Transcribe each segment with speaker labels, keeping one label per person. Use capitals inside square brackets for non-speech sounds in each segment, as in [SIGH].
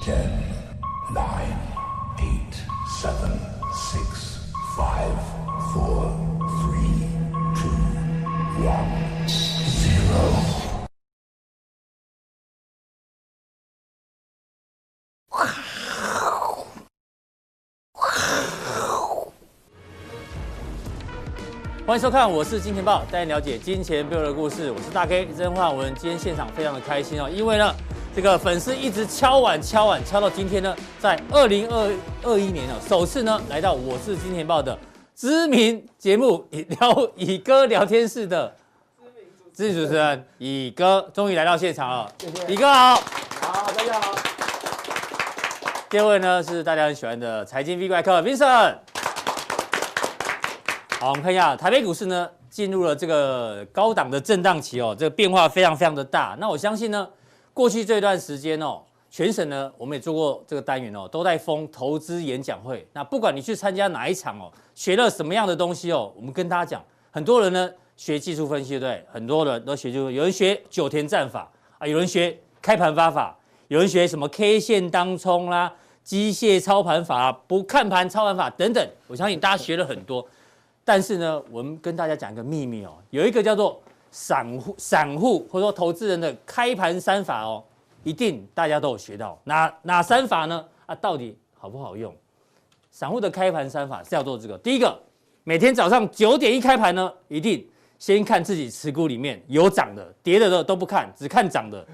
Speaker 1: Ten, nine, eight, seven, six, five, four, three, two, one, zero.
Speaker 2: 欢迎收看，我是金钱豹，带您了解金钱背后的故事。我是大 K 曾焕文，今天现场非常的开心哦，因为呢，这个粉丝一直敲碗敲碗敲到今天呢，在二零二二一年哦，首次呢来到我是金钱豹的知名节目聊以哥聊天室的知名主持人以哥，终于来到现场了，以哥好。
Speaker 3: 好，大家好。
Speaker 2: 第二位呢是大家很喜欢的财经 V 怪客 Vincent。好，我们看一下台北股市呢进入了这个高档的震荡期哦，这个变化非常非常的大。那我相信呢，过去这段时间哦，全省呢我们也做过这个单元哦，都在封投资演讲会。那不管你去参加哪一场哦，学了什么样的东西哦，我们跟大家讲，很多人呢学技术分析，对不对？很多人都学技术，有人学九田战法啊，有人学开盘发法，有人学什么 K 线当冲啦、机械操盘法、不看盘操盘法等等。我相信大家学了很多。但是呢，我们跟大家讲一个秘密哦，有一个叫做散户、散户或者说投资人的开盘三法哦，一定大家都有学到。哪哪三法呢？啊，到底好不好用？散户的开盘三法是要做这个。第一个，每天早上九点一开盘呢，一定先看自己持股里面有涨的、跌的的都不看，只看涨的。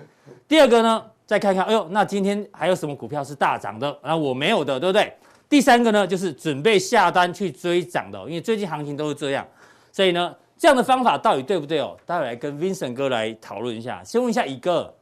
Speaker 2: 第二个呢，再看看，哎呦，那今天还有什么股票是大涨的，然后我没有的，对不对？第三个呢，就是准备下单去追涨的、哦，因为最近行情都是这样，所以呢，这样的方法到底对不对哦？待会来跟 Vincent 哥来讨论一下。先问一下乙哥，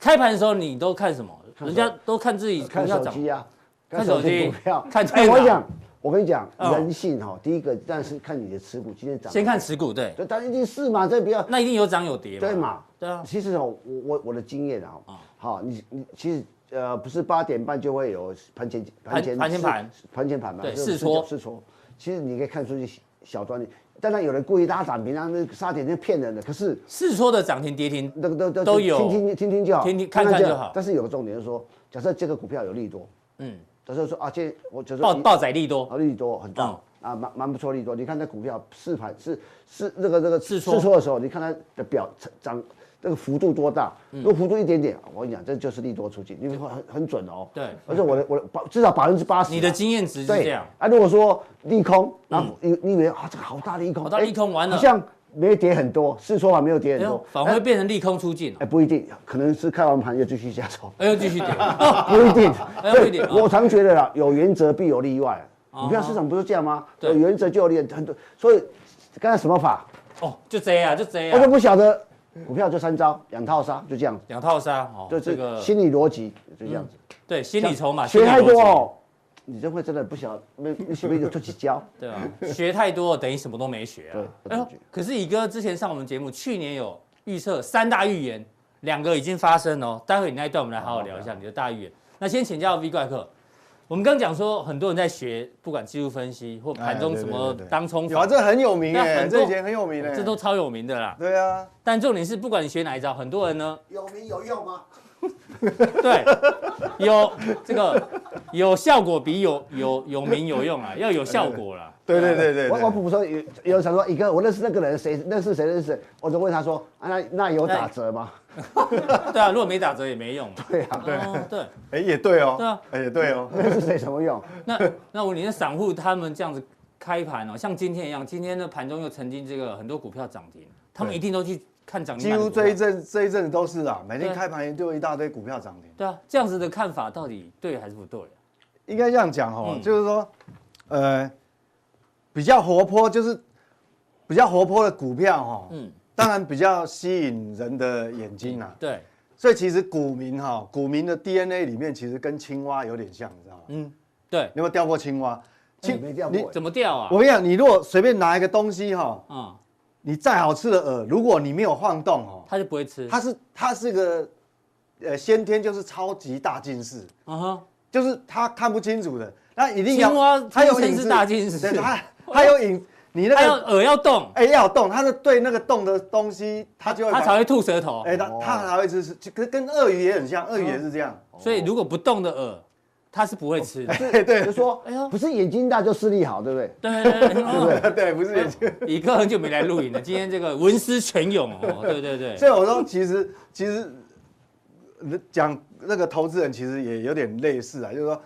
Speaker 2: 开盘的时候你都看什么？人家都看自己股
Speaker 3: 看
Speaker 2: 票
Speaker 3: 手
Speaker 2: 涨，
Speaker 3: 机啊，
Speaker 2: 看手机
Speaker 3: 股
Speaker 2: [LAUGHS]
Speaker 3: 票，
Speaker 2: 看
Speaker 3: 哎，
Speaker 2: 电脑
Speaker 3: 我讲，我跟你讲，
Speaker 2: 嗯
Speaker 3: 人性哈，第一个但是看你的持股今天涨，
Speaker 2: 先看，持股，对，
Speaker 3: 对，但一定是嘛，这不要
Speaker 2: 那一定有涨有跌嘛，
Speaker 3: 对嘛？
Speaker 2: 对啊，
Speaker 3: 其实哦，我我我的经验啊
Speaker 2: 啊，
Speaker 3: 好，你你其实呃，不是八点半就会有盘前
Speaker 2: 盘盘前盘
Speaker 3: 盘前盘嘛？
Speaker 2: 对
Speaker 3: 就是
Speaker 2: 试搓
Speaker 3: 试搓。其实你可以看出去小端倪，当然有人故意拉涨停，让那个杀点就骗人的，可是。
Speaker 2: 是说的涨停跌停
Speaker 3: 那个都
Speaker 2: 都有
Speaker 3: 听听听听就好，
Speaker 2: 听听看看就好
Speaker 3: 但是有个重点是说，假设这个股票有利多，
Speaker 2: 嗯
Speaker 3: 嗯，假设说啊，今天我假设
Speaker 2: 爆
Speaker 3: 一
Speaker 2: 爆仔利多，
Speaker 3: 啊利多很大啊，蛮蛮不错利多。你看这股票试盘是是那个那个
Speaker 2: 试
Speaker 3: 试
Speaker 2: 错
Speaker 3: 错的时候，你看它的表涨那个幅度多大，
Speaker 2: 嗯
Speaker 3: 如果幅度一点点，我跟你讲，这就是利多出尽，你会很很准哦。
Speaker 2: 对
Speaker 3: 而且我的我的百至少百分之八十，啊
Speaker 2: 你的经验值是
Speaker 3: 对
Speaker 2: 这样，嗯
Speaker 3: 啊，如果说利空，然后你你以为啊这个好大利空，
Speaker 2: 好大
Speaker 3: 哎
Speaker 2: 利空完了
Speaker 3: 好像没跌很多，试错完没有跌
Speaker 2: 哎
Speaker 3: 很
Speaker 2: 呦
Speaker 3: 多，
Speaker 2: 反而会变成利空出尽哦
Speaker 3: 哎、，不一定，可能是开完盘又继续
Speaker 2: [LAUGHS]
Speaker 3: 下手，
Speaker 2: 哎呦继续
Speaker 3: [LAUGHS]
Speaker 2: 跌，
Speaker 3: 不一定。
Speaker 2: 哎不一定哦
Speaker 3: 对我常觉得啦，有原则必有例外。股票市场不是这样吗？
Speaker 2: 对
Speaker 3: 有原则就有例很多，所以刚才什么法，
Speaker 2: 哦，就这样就这
Speaker 3: 我都
Speaker 2: 样，啊
Speaker 3: 不晓得。股票就三招，两套杀，就这样子，
Speaker 2: 两套杀哦，
Speaker 3: 就
Speaker 2: 这
Speaker 3: 这
Speaker 2: 个
Speaker 3: 个心理逻辑就这样子。
Speaker 2: 对心理筹码，
Speaker 3: 学太
Speaker 2: 心理
Speaker 3: 多
Speaker 2: 逻辑
Speaker 3: 哦，你就会真的不晓得，没你是不是有这几招？
Speaker 2: 对
Speaker 4: [LAUGHS]
Speaker 2: 啊，学太多了等于什么都没学啊。
Speaker 3: 对
Speaker 2: 哎呦，可是乙哥之前上我们节目，去年有预测三大预言，两个已经发生哦。待会你那一段我们来好好聊一下你的大预
Speaker 4: 哎
Speaker 2: 言。那先请教 V 怪客，我们刚讲说很多人在学，不管技术分析或盘中什么当冲
Speaker 4: 有啊，
Speaker 2: 法，
Speaker 4: 这很有名
Speaker 2: 那
Speaker 4: 哎、
Speaker 2: 很多
Speaker 4: 这以前很有名哎、
Speaker 2: 这都超有名的啦。
Speaker 4: 对啊，
Speaker 2: 但重点是，不管你学哪一招，很多人呢，
Speaker 3: [LAUGHS]
Speaker 2: [LAUGHS]
Speaker 3: 有名有用吗？
Speaker 2: 对，有这个有效果比有有有名有用啊，要有效果啦。
Speaker 4: 对对对对
Speaker 3: 我我
Speaker 4: 对
Speaker 3: 补充，有有人想说，一个我认识那个人，谁认识谁认识谁，我就问他说，啊那那有打
Speaker 2: [LAUGHS]
Speaker 3: 折吗？
Speaker 2: 对啊，如果没打折也没用嘛。
Speaker 3: 对啊，
Speaker 2: 对、对。
Speaker 4: 哎、也对哦，
Speaker 2: 对啊
Speaker 4: 哎也对哦，
Speaker 3: 认识谁什么用？
Speaker 2: 那那我你的散户他们这样子开盘哦，像今天一样，今天的盘中又曾经这个很多股票涨停，他们一定都去看涨停
Speaker 4: 几
Speaker 2: 板的
Speaker 4: 乎
Speaker 2: 股票。
Speaker 4: 这一阵这一阵都是啊，每天
Speaker 2: 对
Speaker 4: 开盘就一大堆股票涨停。
Speaker 2: 对啊，这样子的看法到底对还是不对？
Speaker 4: 应该这样讲哦，
Speaker 2: 嗯
Speaker 4: 就是说，呃，比较活泼，就是比较活泼的股票哈、哦，
Speaker 2: 嗯
Speaker 4: 当然比较吸引人的眼睛啦、
Speaker 2: 对，
Speaker 4: 所以其实股民哈、股民的 DNA 里面其实跟青蛙有点像，你知道吗？你
Speaker 2: 嗯对，
Speaker 4: 有没有钓过青蛙？
Speaker 3: 我没钓过
Speaker 4: 你
Speaker 3: 欸。
Speaker 2: 怎么掉啊？
Speaker 4: 我跟你讲，你如果随便拿一个东西哈、哦，
Speaker 2: 啊、
Speaker 4: 你再好吃的饵，如果你没有晃动哦，
Speaker 2: 他就不会吃。
Speaker 4: 它是它是个，呃，先天就是超级大近视，
Speaker 2: 嗯哼，
Speaker 4: 就是它看不清楚的。那一定
Speaker 2: 青蛙
Speaker 4: 要它有
Speaker 2: 天生
Speaker 4: 影
Speaker 2: [LAUGHS]
Speaker 4: 子
Speaker 2: 是大近视
Speaker 4: 对它它有影，你那
Speaker 2: 它要
Speaker 4: 个
Speaker 2: 饵要动，
Speaker 4: 哎要动，它是对那个动的东西，它就会
Speaker 2: 它
Speaker 4: 感
Speaker 2: 才会吐舌头。
Speaker 4: 哎它它才会吃，就跟跟鳄鱼也很像，鳄鱼也是这样。
Speaker 2: 所以如果不动的饵，它是不会吃的。
Speaker 4: 对对
Speaker 3: 就说
Speaker 2: [LAUGHS] 哎呦，
Speaker 3: 不是眼睛大就视力好，对不对？
Speaker 2: 对对对哦
Speaker 4: 对 [LAUGHS] 对，不是也是。
Speaker 2: 一个很久没来录影了，今天这个文思泉涌哦，对对对，
Speaker 4: 所以我说，其实其实呃讲那个投资人其实也有点类似啊，就是说，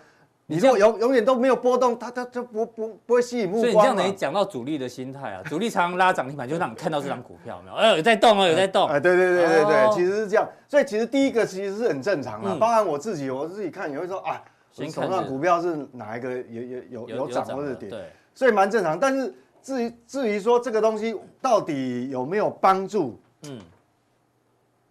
Speaker 4: 你如果永永远都没有波动，它它就不不不会吸引目
Speaker 2: 所以你这
Speaker 4: 光
Speaker 2: 样
Speaker 4: 嘛
Speaker 2: 等于讲到主力的心态啊，主力常常拉涨停板，就让你看到这张股票有没有？哎，有在动哦，有在动
Speaker 4: 哎，。对对对对对，
Speaker 2: 哦
Speaker 4: 其实是这样。所以其实第一个其实是很正常啊，
Speaker 2: 嗯
Speaker 4: 包含我自己，我自己看也会说啊，我
Speaker 2: 先
Speaker 4: 手
Speaker 2: 看
Speaker 4: 上
Speaker 2: 着
Speaker 4: 股票是哪一个有有有有涨或
Speaker 2: 的
Speaker 4: 者跌，
Speaker 2: 对，
Speaker 4: 所以蛮正常。但是至于至于说这个东西到底有没有帮助，
Speaker 2: 嗯，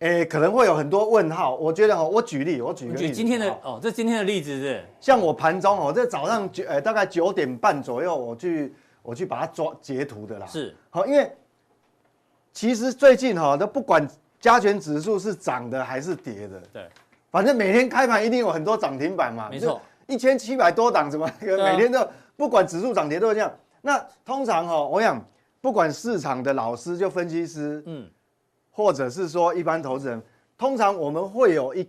Speaker 4: 哎，可能会有很多问号。我觉得哈，哦我举例，我举
Speaker 2: 你
Speaker 4: 个
Speaker 2: 举
Speaker 4: 例子，
Speaker 2: 今天的
Speaker 4: 好
Speaker 2: 哦，这今天的例子是
Speaker 4: 像我盘中哦，在早上九呃大概九点半左右，我去我去把它抓截图的啦。
Speaker 2: 是
Speaker 4: 好，因为其实最近哈、都不管加权指数是涨的还是跌的，
Speaker 2: 对，
Speaker 4: 反正每天开盘一定有很多涨停板嘛。
Speaker 2: 没错，
Speaker 4: 一千七百多档，怎么、
Speaker 2: 啊
Speaker 4: 每天都不管指数涨跌都会这样。那通常哈、我想不管市场的老师就分析师，
Speaker 2: 嗯，
Speaker 4: 或者是说一般投资人，通常我们会有一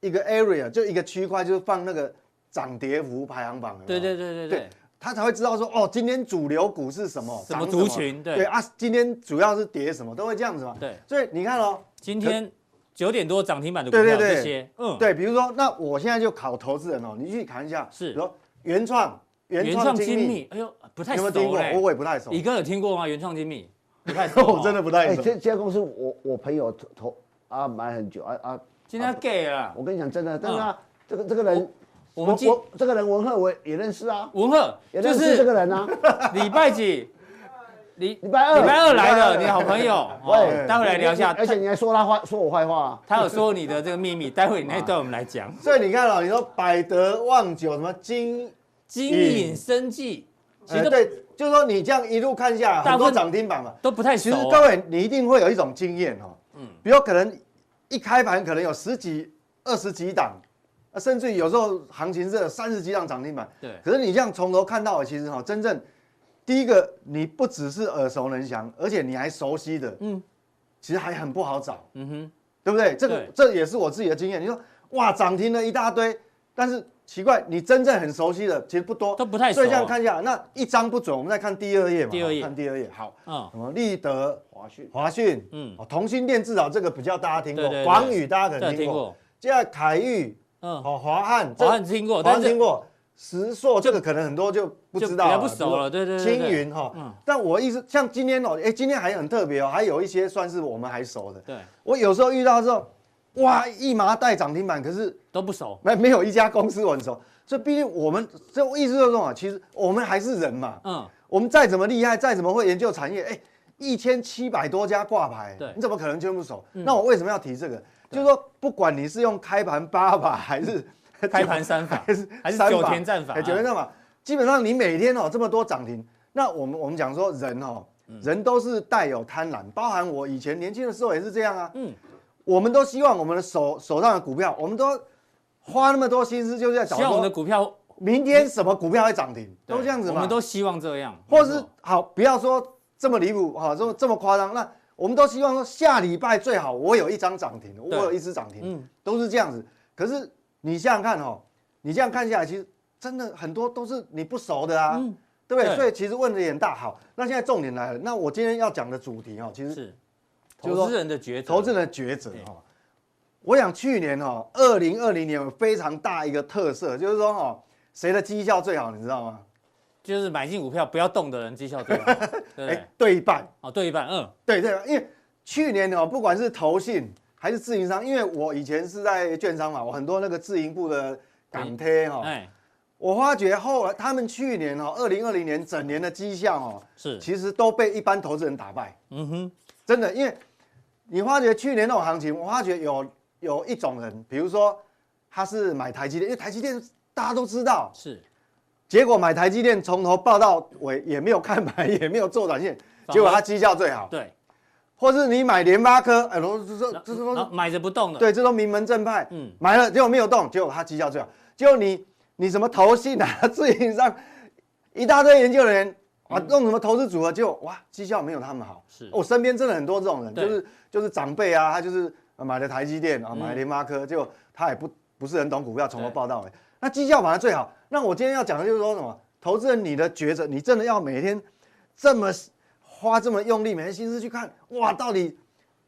Speaker 4: 一个 area，就一个区块，就是放那个涨跌幅排行榜。有没有
Speaker 2: 对对对对对，
Speaker 4: 他才会知道说，哦，今天主流股是什么，
Speaker 2: 什么
Speaker 4: 涨
Speaker 2: 族群对
Speaker 4: 对啊，今天主要是跌什么，都会这样子嘛。
Speaker 2: 对
Speaker 4: 所以你看哦，
Speaker 2: 今天九点多涨停板的股票
Speaker 4: 对对对
Speaker 2: 这些，嗯，
Speaker 4: 对，比如说，那我现在就考投资人哦，你去看一下，
Speaker 2: 是
Speaker 4: 比如说原创，
Speaker 2: 原创精密，哎呦，不太
Speaker 4: 你有没有
Speaker 2: 熟
Speaker 4: 听过？
Speaker 2: 嘞
Speaker 4: 我。我也不太熟，
Speaker 2: 乙哥有听过吗？原创精密，不太熟
Speaker 4: [LAUGHS]
Speaker 2: 哦，
Speaker 4: 我真的不
Speaker 3: 哎，
Speaker 4: 太熟。
Speaker 3: 这这家公司我我朋友投投啊买很久啊啊，
Speaker 2: 今天 gay 了。
Speaker 3: 我跟你讲真的，但是啊，这个这个人，
Speaker 2: 我们今
Speaker 3: 我这个人文鹤我也认识啊，
Speaker 2: 文鹤
Speaker 3: 也
Speaker 2: 就
Speaker 3: 认识这个
Speaker 2: 是
Speaker 3: 人啊，
Speaker 2: 礼拜几，礼
Speaker 3: 礼拜二
Speaker 2: 礼拜二来
Speaker 4: 礼拜二哎
Speaker 2: 的，你好朋
Speaker 4: [LAUGHS]
Speaker 2: 友，哦
Speaker 3: 喂，
Speaker 2: 待会来聊一下。
Speaker 3: 而且你还说他坏，说我坏话啊，
Speaker 2: 他有说你的这个秘密，待会你那一段我们来
Speaker 4: [LAUGHS]
Speaker 2: 讲。
Speaker 4: 所以你看哦，你说百德旺久什么金，
Speaker 2: 经营生计，其实
Speaker 4: 呃
Speaker 2: 都
Speaker 4: 对，就是说你这样一路看下来，
Speaker 2: 大
Speaker 4: 很
Speaker 2: 部
Speaker 4: 多
Speaker 2: 分
Speaker 4: 涨停板嘛。
Speaker 2: 都不太
Speaker 4: 其
Speaker 2: 熟
Speaker 4: 实
Speaker 2: 啊。
Speaker 4: 各位，你一定会有一种经验哦，嗯，比如可能一开盘可能有十几、二十几档，啊甚至有时候行情是有三十几档涨停板。
Speaker 2: 对
Speaker 4: 可是你这样从头看到尾，其实哈、哦，真正第一个你不只是耳熟能详，而且你还熟悉的，
Speaker 2: 嗯
Speaker 4: 嗯，其实还很不好找，
Speaker 2: 嗯哼，
Speaker 4: 对不对？这个
Speaker 2: 对
Speaker 4: 这也是我自己的经验。你说哇，涨停了一大堆，但是奇怪，你真正很熟悉的其实不多，
Speaker 2: 都不太熟啊
Speaker 4: 所以这样看一下，那一张不准，我们再看第二页嘛，
Speaker 2: 第二页
Speaker 4: 看第二页，好，
Speaker 2: 嗯，
Speaker 4: 什么立德。
Speaker 3: 华讯
Speaker 4: 华讯，
Speaker 2: 嗯
Speaker 4: 嗯，哦，同心店至少这个比较大家听
Speaker 2: 对对
Speaker 4: 过，
Speaker 2: 对
Speaker 4: 广宇大家可
Speaker 2: 这
Speaker 4: 能
Speaker 2: 听
Speaker 4: 听过，
Speaker 2: 过，
Speaker 4: 接下来凯域，
Speaker 2: 嗯，
Speaker 4: 哦，华汉，这
Speaker 2: 华汉听过，
Speaker 4: 华
Speaker 2: 但
Speaker 4: 汉
Speaker 2: 是
Speaker 4: 听过，石硕这个可能很多就不知
Speaker 2: 就
Speaker 4: 道了，
Speaker 2: 比较不熟了
Speaker 4: 比如
Speaker 2: 对对对
Speaker 4: 青
Speaker 2: 对
Speaker 4: 云
Speaker 2: 嗯
Speaker 4: 哈，但我意思像今天哦，哎，今天还很特别哦，还有一些算是我们还熟的，
Speaker 2: 对
Speaker 4: 我有时候遇到这种，哇，一麻袋涨停板，可是
Speaker 2: 都不熟，
Speaker 4: 没没有一家公司我很熟，所以毕竟我们这意思就是说啊，其实我们还是人嘛，
Speaker 2: 嗯，
Speaker 4: 我们再怎么厉害，再怎么会研究产业，哎，一千七百多家挂牌，
Speaker 2: 对嗯
Speaker 4: 你怎么可能全部熟？那我为什么要提这个？就是说，不管你是用开盘八法 [LAUGHS] 还是
Speaker 2: 开盘三法
Speaker 4: 还是
Speaker 2: 还是
Speaker 4: 三
Speaker 2: 九田战法
Speaker 4: 哎九田战法，基本上你每天哦这么多涨停，那我们我们讲说人哦，
Speaker 2: 嗯
Speaker 4: 人都是带有贪婪，包含我以前年轻的时候也是这样啊，
Speaker 2: 嗯
Speaker 4: 嗯，我们都希望我们的手手上的股票，我们都花那么多心思就是在找
Speaker 2: 希望我们的
Speaker 4: 说
Speaker 2: 股票
Speaker 4: 明天什么股票会涨停，
Speaker 2: 对
Speaker 4: 都这样子嘛，
Speaker 2: 我们都希望这样，
Speaker 4: 或
Speaker 2: 没
Speaker 4: 是
Speaker 2: 错
Speaker 4: 好，不要说这么离谱，哈，这么这么夸张。那我们都希望说下礼拜最好我有一张涨停，我有一只涨停，
Speaker 2: 嗯
Speaker 4: 都是这样子。可是你想想看哈、哦，你这样看下来，其实真的很多都是你不熟的啊，对不对？
Speaker 2: 嗯对
Speaker 4: 所以其实问题也很大。好，那现在重点来了，那我今天要讲的主题哦，其实
Speaker 2: 是
Speaker 4: 就
Speaker 2: 投
Speaker 4: 是说
Speaker 2: 资人的抉择，
Speaker 4: 投资人的抉择哈、哦。我想去年哦，二零二零年有非常大一个特色，就是说哦，谁的绩效最好，你知道吗？
Speaker 2: 就是买进股票不要动的人绩效最
Speaker 4: [LAUGHS]
Speaker 2: 好，对不对
Speaker 4: 哎？，对一半。
Speaker 2: 哦，对一半，嗯，
Speaker 4: 对对，因为去年哦，不管是投信还是自营商，因为我以前是在券商嘛，我很多那个自营部的港贴哈、哦，
Speaker 2: 哎，
Speaker 4: 我发觉后来他们去年哦，二零二零年整年的绩效哦，
Speaker 2: 是，
Speaker 4: 其实都被一般投资人打败，
Speaker 2: 嗯哼，
Speaker 4: 真的，因为你发觉去年那种行情，我发觉有有一种人，比如说他是买台积电，因为台积电大家都知道，
Speaker 2: 是，
Speaker 4: 结果买台积电从头报到尾也没有看盘，也没有做短线，结果他绩效最好。
Speaker 2: 对，
Speaker 4: 或是你买联发科，哎，都这这这
Speaker 2: 然后
Speaker 4: 都
Speaker 2: 买着不动的，，
Speaker 4: 对，这都名门正派，
Speaker 2: 嗯
Speaker 4: 嗯，买了结果没有动，结果他绩效最 [LAUGHS] 好，结果你你什么投信啊、自营商一大堆研究人员，啊，弄什么投资组合，结果哇，绩效没有他们好。
Speaker 2: 嗯是
Speaker 4: 我身边真的很多这种人，
Speaker 2: 对嗯
Speaker 4: 就是就是长辈啊，他就是呃买了台积电啊，买了联发科，结果他也不不是很懂股票，从头
Speaker 2: 对
Speaker 4: 报到尾。那绩效反而最好。那我今天要讲的就是说什么，投资人你的抉择，你真的要每天这么花这么用力，每天心思去看，哇，到底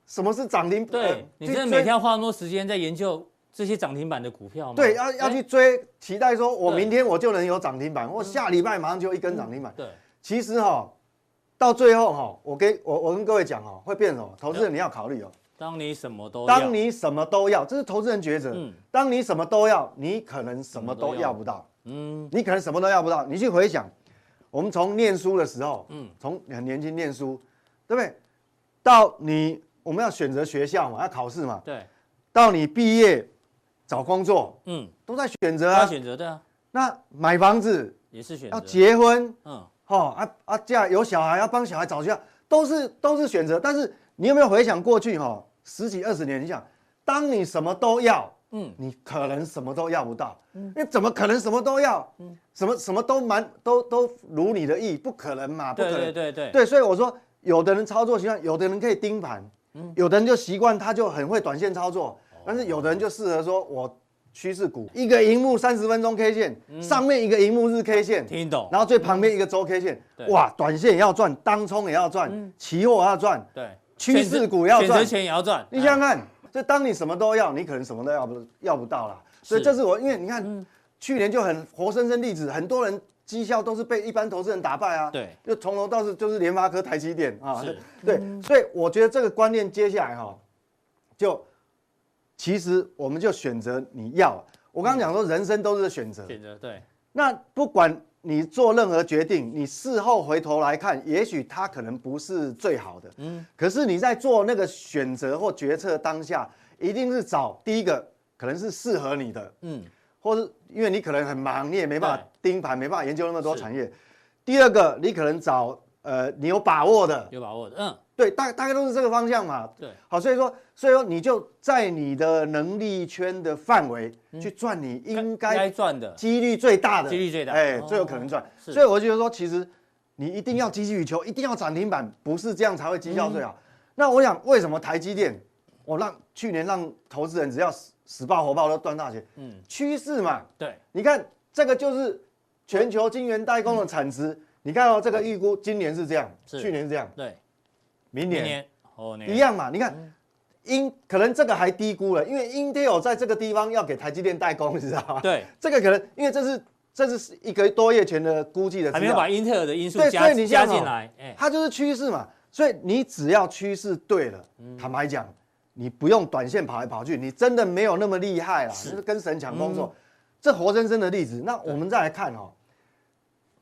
Speaker 4: 什么是涨停？呃
Speaker 2: 对你
Speaker 4: 去
Speaker 2: 真的
Speaker 4: 追
Speaker 2: 每天要花那么多时间在研究这些涨停板的股票吗？
Speaker 4: 对要要
Speaker 2: 哎
Speaker 4: 去追，期待说我
Speaker 2: 对
Speaker 4: 明天我就能有涨停板，或下礼拜马上就一根涨停板。
Speaker 2: 对
Speaker 4: 其实哈、到最后哈、我给我我跟各位讲哦，会变成什么？投资人你要考虑哦，
Speaker 2: 当你什么都要
Speaker 4: 当你什么都要，这是投资人抉择。
Speaker 2: 嗯
Speaker 4: 当你什么都要，你可能什
Speaker 2: 什
Speaker 4: 么
Speaker 2: 么
Speaker 4: 都
Speaker 2: 都要
Speaker 4: 要不到，
Speaker 2: 嗯
Speaker 4: 你可能什么都要不到。你去回想，我们从念书的时候，
Speaker 2: 嗯
Speaker 4: 嗯，从很年轻念书，对不对？到你我们要选择学校嘛，要考试嘛，
Speaker 2: 对
Speaker 4: 到你毕业找工作
Speaker 2: 嗯，
Speaker 4: 都在选择
Speaker 2: 要
Speaker 4: 啊。
Speaker 2: 选择对啊，
Speaker 4: 那买房子
Speaker 2: 也是选择
Speaker 4: 要结婚，
Speaker 2: 嗯
Speaker 4: 哦啊啊，这样有小孩要帮小孩找学校，都是都是选择。但是你有没有回想过去哈、哦，十几二十年，你想，当你什么都要，
Speaker 2: 嗯
Speaker 4: 你可能什么都要不到，因为怎么可能什么都要？
Speaker 2: 嗯
Speaker 4: 什么什么都满都都如你的意，不可能嘛，不可
Speaker 2: 对
Speaker 4: 能。
Speaker 2: 对对对
Speaker 4: 所以我说，有的人操作习惯，有的人可以盯盘，
Speaker 2: 嗯
Speaker 4: 有的人就习惯，他就很会短线操作，
Speaker 2: 哦
Speaker 4: 但是有的人就适合说我。趋势股一个荧幕三十分钟 K 线，上面一个荧幕日 K 线，
Speaker 2: 嗯听懂
Speaker 4: 然后最旁边一个周 K 线
Speaker 2: 对，嗯
Speaker 4: 哇，短线也要赚，当冲也要赚，期货也要赚。
Speaker 2: 对，
Speaker 4: 趋势股要
Speaker 2: 选择
Speaker 4: 赚
Speaker 2: 权也要赚，
Speaker 4: 你想想看，这当你什么都要，你可能什么都要不要不到啦。所以
Speaker 2: 是嗯
Speaker 4: 这是我，因为你看去年就很活生生例子，很多人绩效都是被一般投资人打败啊。
Speaker 2: 对，
Speaker 4: 就从头到尾就是联发科、台积电啊
Speaker 2: 是。嗯
Speaker 4: 对，所以我觉得这个观念接下来哈，就其实我们就选择你要。啊我刚刚讲说，人生都是选择
Speaker 2: 哎，选择对
Speaker 4: 那不管你做任何决定，你事后回头来看，也许它可能不是最好的，嗯，可是你在做那个选择或决策当下，一定是找第一个可能是适合你的，
Speaker 2: 嗯
Speaker 4: 或是因为你可能很忙，你也没办法盯盘，没办法研究那么多
Speaker 2: 是
Speaker 4: 产业。第二个，你可能找呃你有把握的，
Speaker 2: 有把握的嗯
Speaker 4: 对，大大概都是这个方向嘛。
Speaker 2: 对，
Speaker 4: 好，所以说，所以说你就在你的能力圈的范围去赚你应嗯该
Speaker 2: 赚的
Speaker 4: 几率最大的，
Speaker 2: 几率最大
Speaker 4: 哎，
Speaker 2: 哦
Speaker 4: 最有可能赚。
Speaker 2: 是
Speaker 4: 所以我觉得说，其实你一定要积极以求，一定要涨停板，不是这样才会绩效最
Speaker 2: 嗯
Speaker 4: 好。那我想，为什么台积电，我让去年让投资人只要死死抱活抱都赚大钱？嗯，趋势嘛，
Speaker 2: 对
Speaker 4: 你看这个就是全球晶圆代工的产值。你看哦，这个预估今年是这样，
Speaker 2: 嗯是
Speaker 4: 去年是这样，
Speaker 2: 对，
Speaker 4: 明
Speaker 2: 明
Speaker 4: 年
Speaker 2: 年后年
Speaker 4: 一样嘛。你看，英可能这个还低估了，因为 Intel 在这个地方要给台积电代工，你知道吗？
Speaker 2: 对，
Speaker 4: [LAUGHS] 这个可能因为这是这是一个多月前的估计的
Speaker 2: 还
Speaker 4: 资
Speaker 2: 没有把
Speaker 4: 料，
Speaker 2: 英特尔的因素
Speaker 4: 对
Speaker 2: 加
Speaker 4: 所以你
Speaker 2: 加
Speaker 4: 像
Speaker 2: 进
Speaker 4: 哦
Speaker 2: 来，哎，
Speaker 4: 它就是趋势嘛。所以你只要趋势对了，
Speaker 2: 嗯
Speaker 4: 坦白讲，你不用短线跑来跑去，你真的没有那么厉害啦，就是跟神抢
Speaker 2: 嗯
Speaker 4: 工作，这活生生的例子。那我们再来看哦，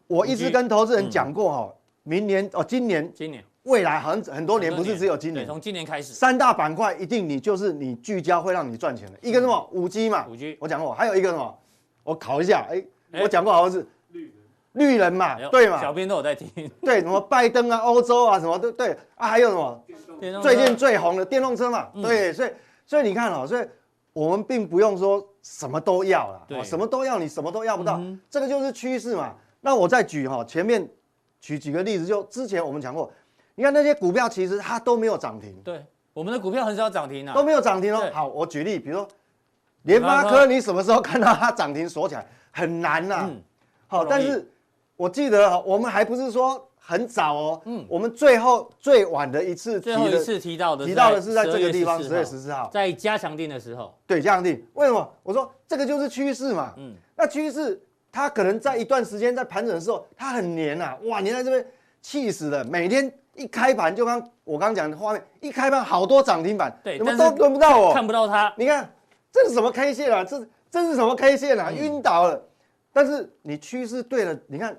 Speaker 4: 我一直跟投资人
Speaker 2: 嗯
Speaker 4: 讲过哦，明年哦，今年
Speaker 2: 今年
Speaker 4: 未来很很多年，不是只有今
Speaker 2: 对
Speaker 4: 年，
Speaker 2: 从今年开始
Speaker 4: 三大板块一定你就是你聚焦会让你赚钱的，一个什么
Speaker 2: 嗯
Speaker 4: 五 G 嘛，
Speaker 2: 5G
Speaker 4: 我讲过，还有一个什么，我考一下，哎、
Speaker 2: 哎
Speaker 4: 我讲过好像是绿人，绿人嘛
Speaker 2: 哎呦，
Speaker 4: 啊对
Speaker 2: 小
Speaker 4: 嘛，
Speaker 2: 编都有在听，
Speaker 4: 对什么拜登啊、欧洲啊什么，对对啊，还有什么
Speaker 2: 电动车
Speaker 4: 最
Speaker 2: [LAUGHS]
Speaker 4: 近最红的电动车嘛，
Speaker 2: 嗯
Speaker 4: 对，所以所以你看哦，所以我们并不用说什么都要啦，
Speaker 2: 对嗯
Speaker 4: 哦什么都要你什么都要不到，这个就是趋势嘛。那我再举哈、哦、前面举几个例子，就之前我们讲过，你看那些股票其实它都没有涨停。
Speaker 2: 对，我们的股票很少涨停啊
Speaker 4: 都，没有涨停哦
Speaker 2: 对。
Speaker 4: 好，我举例，比如说联发
Speaker 2: 联发科
Speaker 4: 科，你什么时候看到它涨停锁起来？很难呐、
Speaker 2: 嗯
Speaker 4: 好，
Speaker 2: 不容易
Speaker 4: 但是我记得哦我们还不是说很早哦，我们最后最晚的一次提
Speaker 2: 嗯最
Speaker 4: 的
Speaker 2: 后一次提到的
Speaker 4: 提到的是在这
Speaker 2: 12
Speaker 4: 个
Speaker 2: 月
Speaker 4: 地方，十
Speaker 2: 14
Speaker 4: 月十四号。
Speaker 2: 在加强定的时候，
Speaker 4: 对，这样定。为什么？我说这个就是趋势嘛。嗯，那趋势它可能在一段时间在盘整的时候，它很黏啊，哇，黏在这边气死了。每天一开盘就刚我刚讲的画面，一开盘好多涨停板，
Speaker 2: 对
Speaker 4: 怎么
Speaker 2: 但
Speaker 4: 都
Speaker 2: 是
Speaker 4: 轮不到我，
Speaker 2: 看不到它，
Speaker 4: 你看这是什么 K 线啊？这这是什么 K 线啊？
Speaker 2: 嗯
Speaker 4: 晕倒了。但是你趋势对了，你看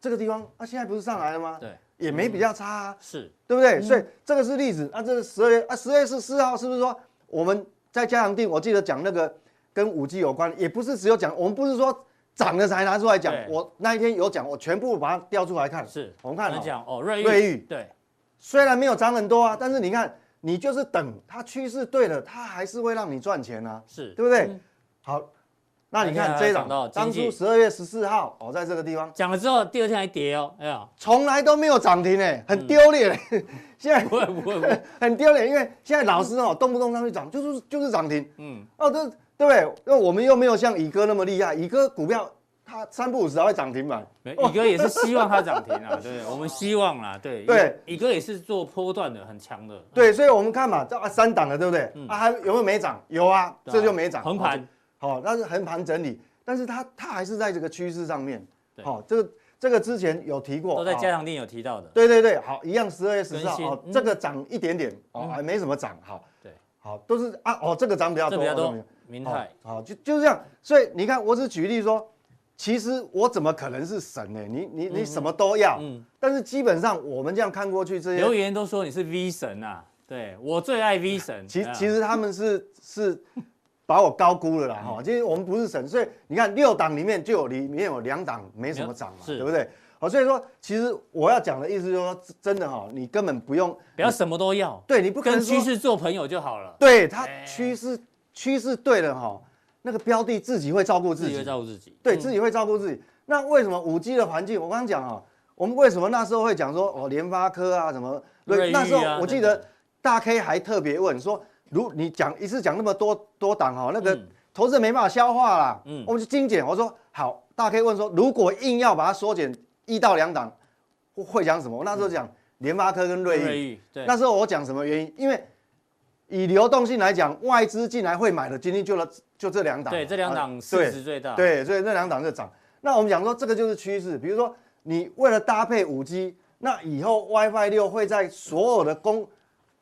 Speaker 4: 这个地方啊，现在不是上来了吗？
Speaker 2: 对，嗯
Speaker 4: 也没比较差啊，
Speaker 2: 是
Speaker 4: 对不对？所以这个是例子。啊，这是十二月啊，十月十四号是不是说我们在嘉阳定？我记得讲那个跟五 G 有关，也不是只有讲，我们不是说涨了才拿出来讲
Speaker 2: 对。
Speaker 4: 我那一天有讲，我全部把它调出来看。
Speaker 2: 是，
Speaker 4: 我们看
Speaker 2: 刚
Speaker 4: 哦
Speaker 2: 才讲哦，瑞昱
Speaker 4: 瑞昱
Speaker 2: 对，
Speaker 4: 虽然没有涨很多啊，但是你看，你就是等它趋势对了，它还是会让你赚钱啊。
Speaker 2: 是
Speaker 4: 对不对？好，那你看这一档
Speaker 2: 讲到，经
Speaker 4: 当
Speaker 2: 济
Speaker 4: 初十二月十四号，哦，在这个地方
Speaker 2: 讲了之后，第二天还跌哦，哎呀，
Speaker 4: 从来都没有涨停哎，很丢脸。 [LAUGHS] 现在
Speaker 2: 嗯不会不会不 [LAUGHS] 会，
Speaker 4: [LAUGHS] 很丢脸，因为现在老师哦，动不动上去涨，就是就是涨停，
Speaker 2: 嗯
Speaker 4: 嗯，哦，这对不对？那我们又没有像乙哥那么厉害，乙哥股票他三不五时还会涨停板，
Speaker 2: 没宇哥也是希望它涨停啊，对，我们希望啦，对，
Speaker 4: 对，
Speaker 2: 宇哥也是做波段的，很强的，
Speaker 4: 对，所以我们看嘛，这啊三档了，对不对？啊，还有没有没涨？有啊，
Speaker 2: 嗯对啊
Speaker 4: 这就没涨，哦
Speaker 2: 横盘，
Speaker 4: 好，那是横盘整理，但是它它还是在这个趋势上面
Speaker 2: 对，
Speaker 4: 好，这个这个之前有提过，
Speaker 2: 都在
Speaker 4: 好
Speaker 2: 加强店有提到的，
Speaker 4: 哦对对对，好，一样十二月十四
Speaker 2: 更新
Speaker 4: 号，哦
Speaker 2: 嗯，
Speaker 4: 这个涨一点点，哦，还没什么涨，好，
Speaker 2: 对，
Speaker 4: 好，都是啊，哦，这个涨比较
Speaker 2: 这
Speaker 4: 多，
Speaker 2: 比较
Speaker 4: 哦这
Speaker 2: 多
Speaker 4: 个
Speaker 2: 明
Speaker 4: 好
Speaker 2: 泰，
Speaker 4: 好，就就是这样。所以你看，我只举例说，其实我怎么可能是神呢？你你你什么都要，
Speaker 2: 嗯
Speaker 4: 但是基本上我们这样看过去这
Speaker 2: 留
Speaker 4: 些，
Speaker 2: 言都说你是 V 神啊，对我最爱 V 神，
Speaker 4: 其
Speaker 2: 哎呀
Speaker 4: 其实他
Speaker 2: [LAUGHS]
Speaker 4: 们是是把我高估了啦
Speaker 2: 嗯
Speaker 4: 哈。其实我们不是神，所以你看六档里面就有里面有两档没什么涨嘛，
Speaker 2: 是
Speaker 4: 对不对？好，所以说其实我要讲的意思就是说，真的哈，你根本不用，
Speaker 2: 不要什么都要，
Speaker 4: 对你不可
Speaker 2: 跟
Speaker 4: 能
Speaker 2: 趋
Speaker 4: 说
Speaker 2: 势哎做朋友就好了，
Speaker 4: 对它趋势趋势对了哈，那个标的自己会照顾自
Speaker 2: 自己
Speaker 4: 己
Speaker 2: 会，照顾嗯自己，
Speaker 4: 对自己会照顾自己。那为什么五 G 的环境？我刚刚讲啊，我们为什么那时候会讲说哦，联发科啊什么？
Speaker 2: 瑞昱啊
Speaker 4: 对，那时候我记
Speaker 2: 等
Speaker 4: 得
Speaker 2: 等
Speaker 4: 大 K 还特别问说，如你讲一次讲那么多多档哈，那个
Speaker 2: 嗯
Speaker 4: 投资人没办法消化啦，
Speaker 2: 嗯
Speaker 4: 我们就精简。我说好，大 K 问说，如果硬要把它缩减一到两档，会会讲什么？我那时候讲联发科跟瑞昱。
Speaker 2: 嗯瑞昱，对，
Speaker 4: 那时候我讲什么原因？因为以流动性来讲，外资进来会买的，今天就了就这两档嘛，
Speaker 2: 对这两档
Speaker 4: 啊
Speaker 2: 市值最大，，
Speaker 4: 对，所以那两档就涨。那我们讲说这个就是趋势，比如说你为了搭配五 G，那以后 WiFi 六会在所有的公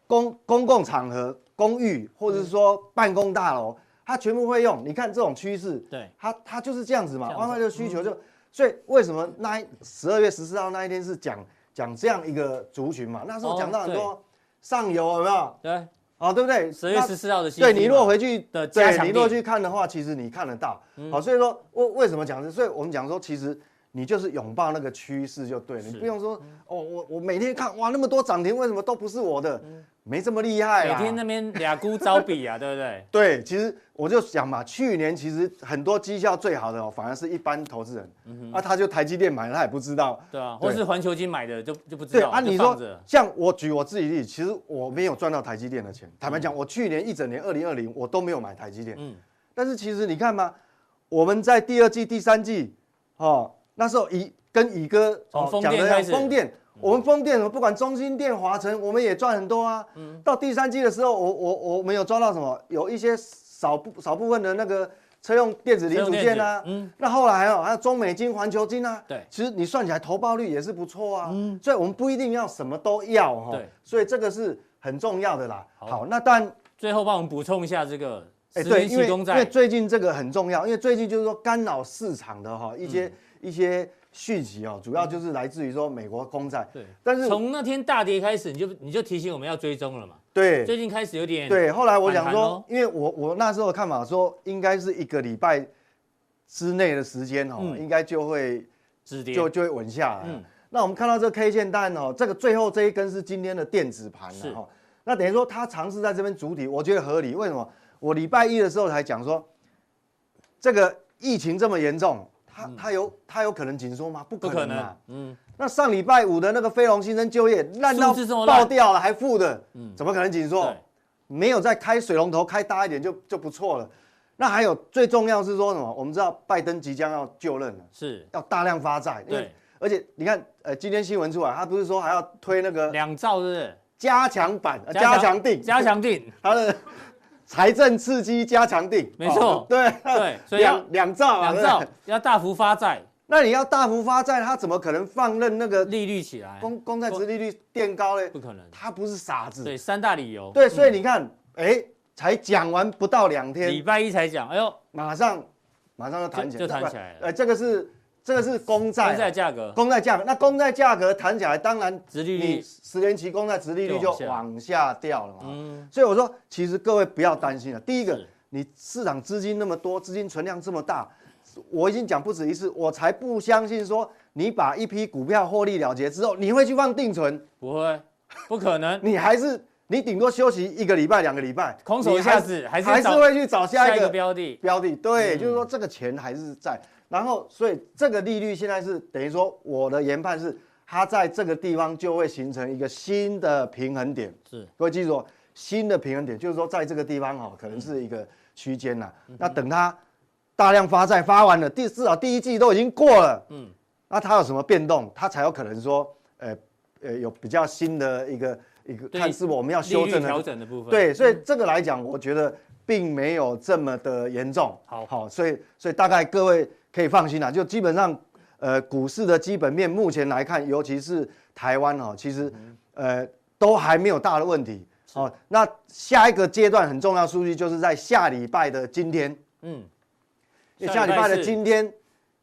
Speaker 4: 公公共场合、公寓或者是说办公大楼，它全部会用。你看这种趋势，
Speaker 2: 对
Speaker 4: 它它就是这样子嘛
Speaker 2: 这样子嗯
Speaker 4: ，WiFi 六需求就，所以为什么那十二月十四号那一天是讲讲这样一个族群嘛？那时
Speaker 2: 哦
Speaker 4: 候讲到很
Speaker 2: 对
Speaker 4: 多上游有没有？
Speaker 2: 对，
Speaker 4: 哦，对不对？
Speaker 2: 十月
Speaker 4: 那
Speaker 2: 十四号的新
Speaker 4: 对
Speaker 2: 机
Speaker 4: 你
Speaker 2: 嘛
Speaker 4: 如果回去
Speaker 2: 的加
Speaker 4: 对
Speaker 2: 强
Speaker 4: 你若
Speaker 2: 力嗯
Speaker 4: 去看的话，其实你看得到。好，所以说为为什么讲这？所以我们讲说，其实你就是拥抱那个趋势就对了，你不用说
Speaker 2: 嗯
Speaker 4: 哦，我我每天看哇那么多涨停，为什么都不是我的？没这么厉害
Speaker 2: 嗯每
Speaker 4: 啦。
Speaker 2: 天那边俩姑招比
Speaker 4: [LAUGHS]
Speaker 2: 啊，对不对？
Speaker 4: 对，其实我就想嘛，去年其实很多绩效最好的、哦，反而是一般投资人，啊，他就台积电买了，他也不知道。
Speaker 2: 对啊，
Speaker 4: 对
Speaker 2: 或是环球金买的就就不知
Speaker 4: 对
Speaker 2: 道，
Speaker 4: 啊，
Speaker 2: 就
Speaker 4: 你
Speaker 2: 放
Speaker 4: 说
Speaker 2: 着
Speaker 4: 像我举我自己例子，其实我没有赚到台积电的钱。坦白讲，我去年一整年二零二零我都没有买台积电。
Speaker 2: 嗯
Speaker 4: 但是其实你看嘛，我们在第二季、第三季，哦，那时候乙跟乙哥
Speaker 2: 从
Speaker 4: 哦
Speaker 2: 风
Speaker 4: 讲
Speaker 2: 电
Speaker 4: 的
Speaker 2: 开
Speaker 4: 要
Speaker 2: 始嗯
Speaker 4: 风电，我们风电不管中心电、华晨，我们也赚很多啊。
Speaker 2: 嗯
Speaker 4: 到第三季的时候，我我我们有抓到什么？有一些少部少部分的那个车用电子零组件啊
Speaker 2: 车用电子，嗯
Speaker 4: 那后来还有还有中美金、环球金啊，
Speaker 2: 对嗯
Speaker 4: 其实你算起来投报率也是不错啊，所以我们不一定要什么都要哈、
Speaker 2: 对
Speaker 4: 所以这个是很重要的啦。
Speaker 2: 好
Speaker 4: 好，那但
Speaker 2: 最后帮我们补充一下这个
Speaker 4: 哎，
Speaker 2: 十
Speaker 4: 对，
Speaker 2: 年
Speaker 4: 因
Speaker 2: 期
Speaker 4: 为
Speaker 2: 公
Speaker 4: 因
Speaker 2: 债
Speaker 4: 为，最近这个很重要，因为最近就是说干扰市场的哈一
Speaker 2: 嗯
Speaker 4: 些、一些讯息哦，主要就是来自于说美国公债，
Speaker 2: 对，
Speaker 4: 但是
Speaker 2: 从那天大跌开始，你就你就提醒我们要追踪了嘛。
Speaker 4: 对
Speaker 2: 最近开始有点
Speaker 4: 对，后来我
Speaker 2: 反
Speaker 4: 想
Speaker 2: 弹
Speaker 4: 说，
Speaker 2: 咯
Speaker 4: 因为我我那时候的看法说，应该是一个礼拜之内的时间哦，
Speaker 2: 嗯
Speaker 4: 应该就会
Speaker 2: 止跌，
Speaker 4: 就就会稳下来。
Speaker 2: 嗯
Speaker 4: 那我们看到这 K 线单哦，这个最后这一根是今天的电子盘
Speaker 2: 是
Speaker 4: 了哈。那等于说它尝试在这边主体，我觉得合理。为什么？我礼拜一的时候才讲说，这个疫情这么严重，它它有它有可能紧缩吗？不
Speaker 2: 嗯不
Speaker 4: 可
Speaker 2: 可
Speaker 4: 能
Speaker 2: 能
Speaker 4: 嘛。，
Speaker 2: 嗯，
Speaker 4: 那上礼拜五的那个非农新增就业烂到
Speaker 2: 数字这么烂嗯
Speaker 4: 爆掉了，还负的，怎么可能紧缩
Speaker 2: 对？，
Speaker 4: 没有再开水龙头开大一点就就不错了。那还有最重要是说什么？我们知道拜登即将要就任了，
Speaker 2: 是
Speaker 4: 要大量发债，因为
Speaker 2: 对
Speaker 4: 而且你看，呃，今天新闻出来，他不是说还要推那个
Speaker 2: 两兆是不是？
Speaker 4: 加强版、呃加强定、
Speaker 2: 加强定，
Speaker 4: [LAUGHS] 他的财政刺激加强定，
Speaker 2: 没错
Speaker 4: 哦对
Speaker 2: 对所以要
Speaker 4: 两两兆啊，
Speaker 2: 两
Speaker 4: 对不
Speaker 2: 兆
Speaker 4: 对
Speaker 2: 要大幅发债，
Speaker 4: 那你要大幅发债，他怎么可能放任那个
Speaker 2: 利率起来，
Speaker 4: 公公债值利率垫高嘞
Speaker 2: 不？可能。
Speaker 4: 他不是傻子，
Speaker 2: 对，三大理由。
Speaker 4: 对，所以你看，哎，才讲完不到两
Speaker 2: 礼
Speaker 4: 天，
Speaker 2: 拜一才讲，哎呦，
Speaker 4: 马上马上就谈起来，
Speaker 2: 就就谈起来了
Speaker 4: 呃，这个是这个是公债啊，
Speaker 2: 公债价格
Speaker 4: 公债价格，那公债价格谈起来，当然
Speaker 2: 殖利率
Speaker 4: 你十年期公债殖利率
Speaker 2: 就往
Speaker 4: 就
Speaker 2: 下嗯
Speaker 4: 往下掉了嘛。所以我说，其实各位不要担心了。第一个
Speaker 2: 是，
Speaker 4: 你市场资金那么多，资金存量这么大，我已经讲不止一次，我才不相信说你把一批股票获利了结之后，你会去放定存，
Speaker 2: 不会，不可能，
Speaker 4: 你还是你顶多休息一个礼拜、两个礼拜，
Speaker 2: 空手
Speaker 4: 你
Speaker 2: 一下子还
Speaker 4: 还
Speaker 2: 是
Speaker 4: 还是
Speaker 2: 找
Speaker 4: 会去找下
Speaker 2: 下
Speaker 4: 一
Speaker 2: 一
Speaker 4: 个
Speaker 2: 个标的，
Speaker 4: 标的，
Speaker 2: 嗯
Speaker 4: 对，就是说这个钱还是在。然后，所以这个利率现在是等于说，我的研判是它在这个地方就会形成一个新的平衡点。
Speaker 2: 是，
Speaker 4: 各位记住哦，新的平衡点就是说，在这个地方哦，可能是一个区间呐。
Speaker 2: 嗯
Speaker 4: 那等它大量发债发完了，第至少第一季都已经过了，嗯，那它有什么变动，它才有可能说，呃呃，有比较新的一个一个，
Speaker 2: 对
Speaker 4: 看是否我们要修
Speaker 2: 利
Speaker 4: 正
Speaker 2: 率
Speaker 4: 的
Speaker 2: 调整的部分，，嗯
Speaker 4: 对，所以这个来讲，我觉得并没有这么的严重。
Speaker 2: 好
Speaker 4: 好，所以所以大概各位可以放心啦，就基本上，呃，股市的基本面目前来看，尤其是台湾哦，其实
Speaker 2: 嗯
Speaker 4: 呃都还没有大的问题。哦，那下一个阶段很重要数据就是在下礼拜的今天，
Speaker 2: 嗯，
Speaker 4: 因为
Speaker 2: 下
Speaker 4: 下
Speaker 2: 礼
Speaker 4: 礼
Speaker 2: 拜
Speaker 4: 拜
Speaker 2: 是
Speaker 4: 的今天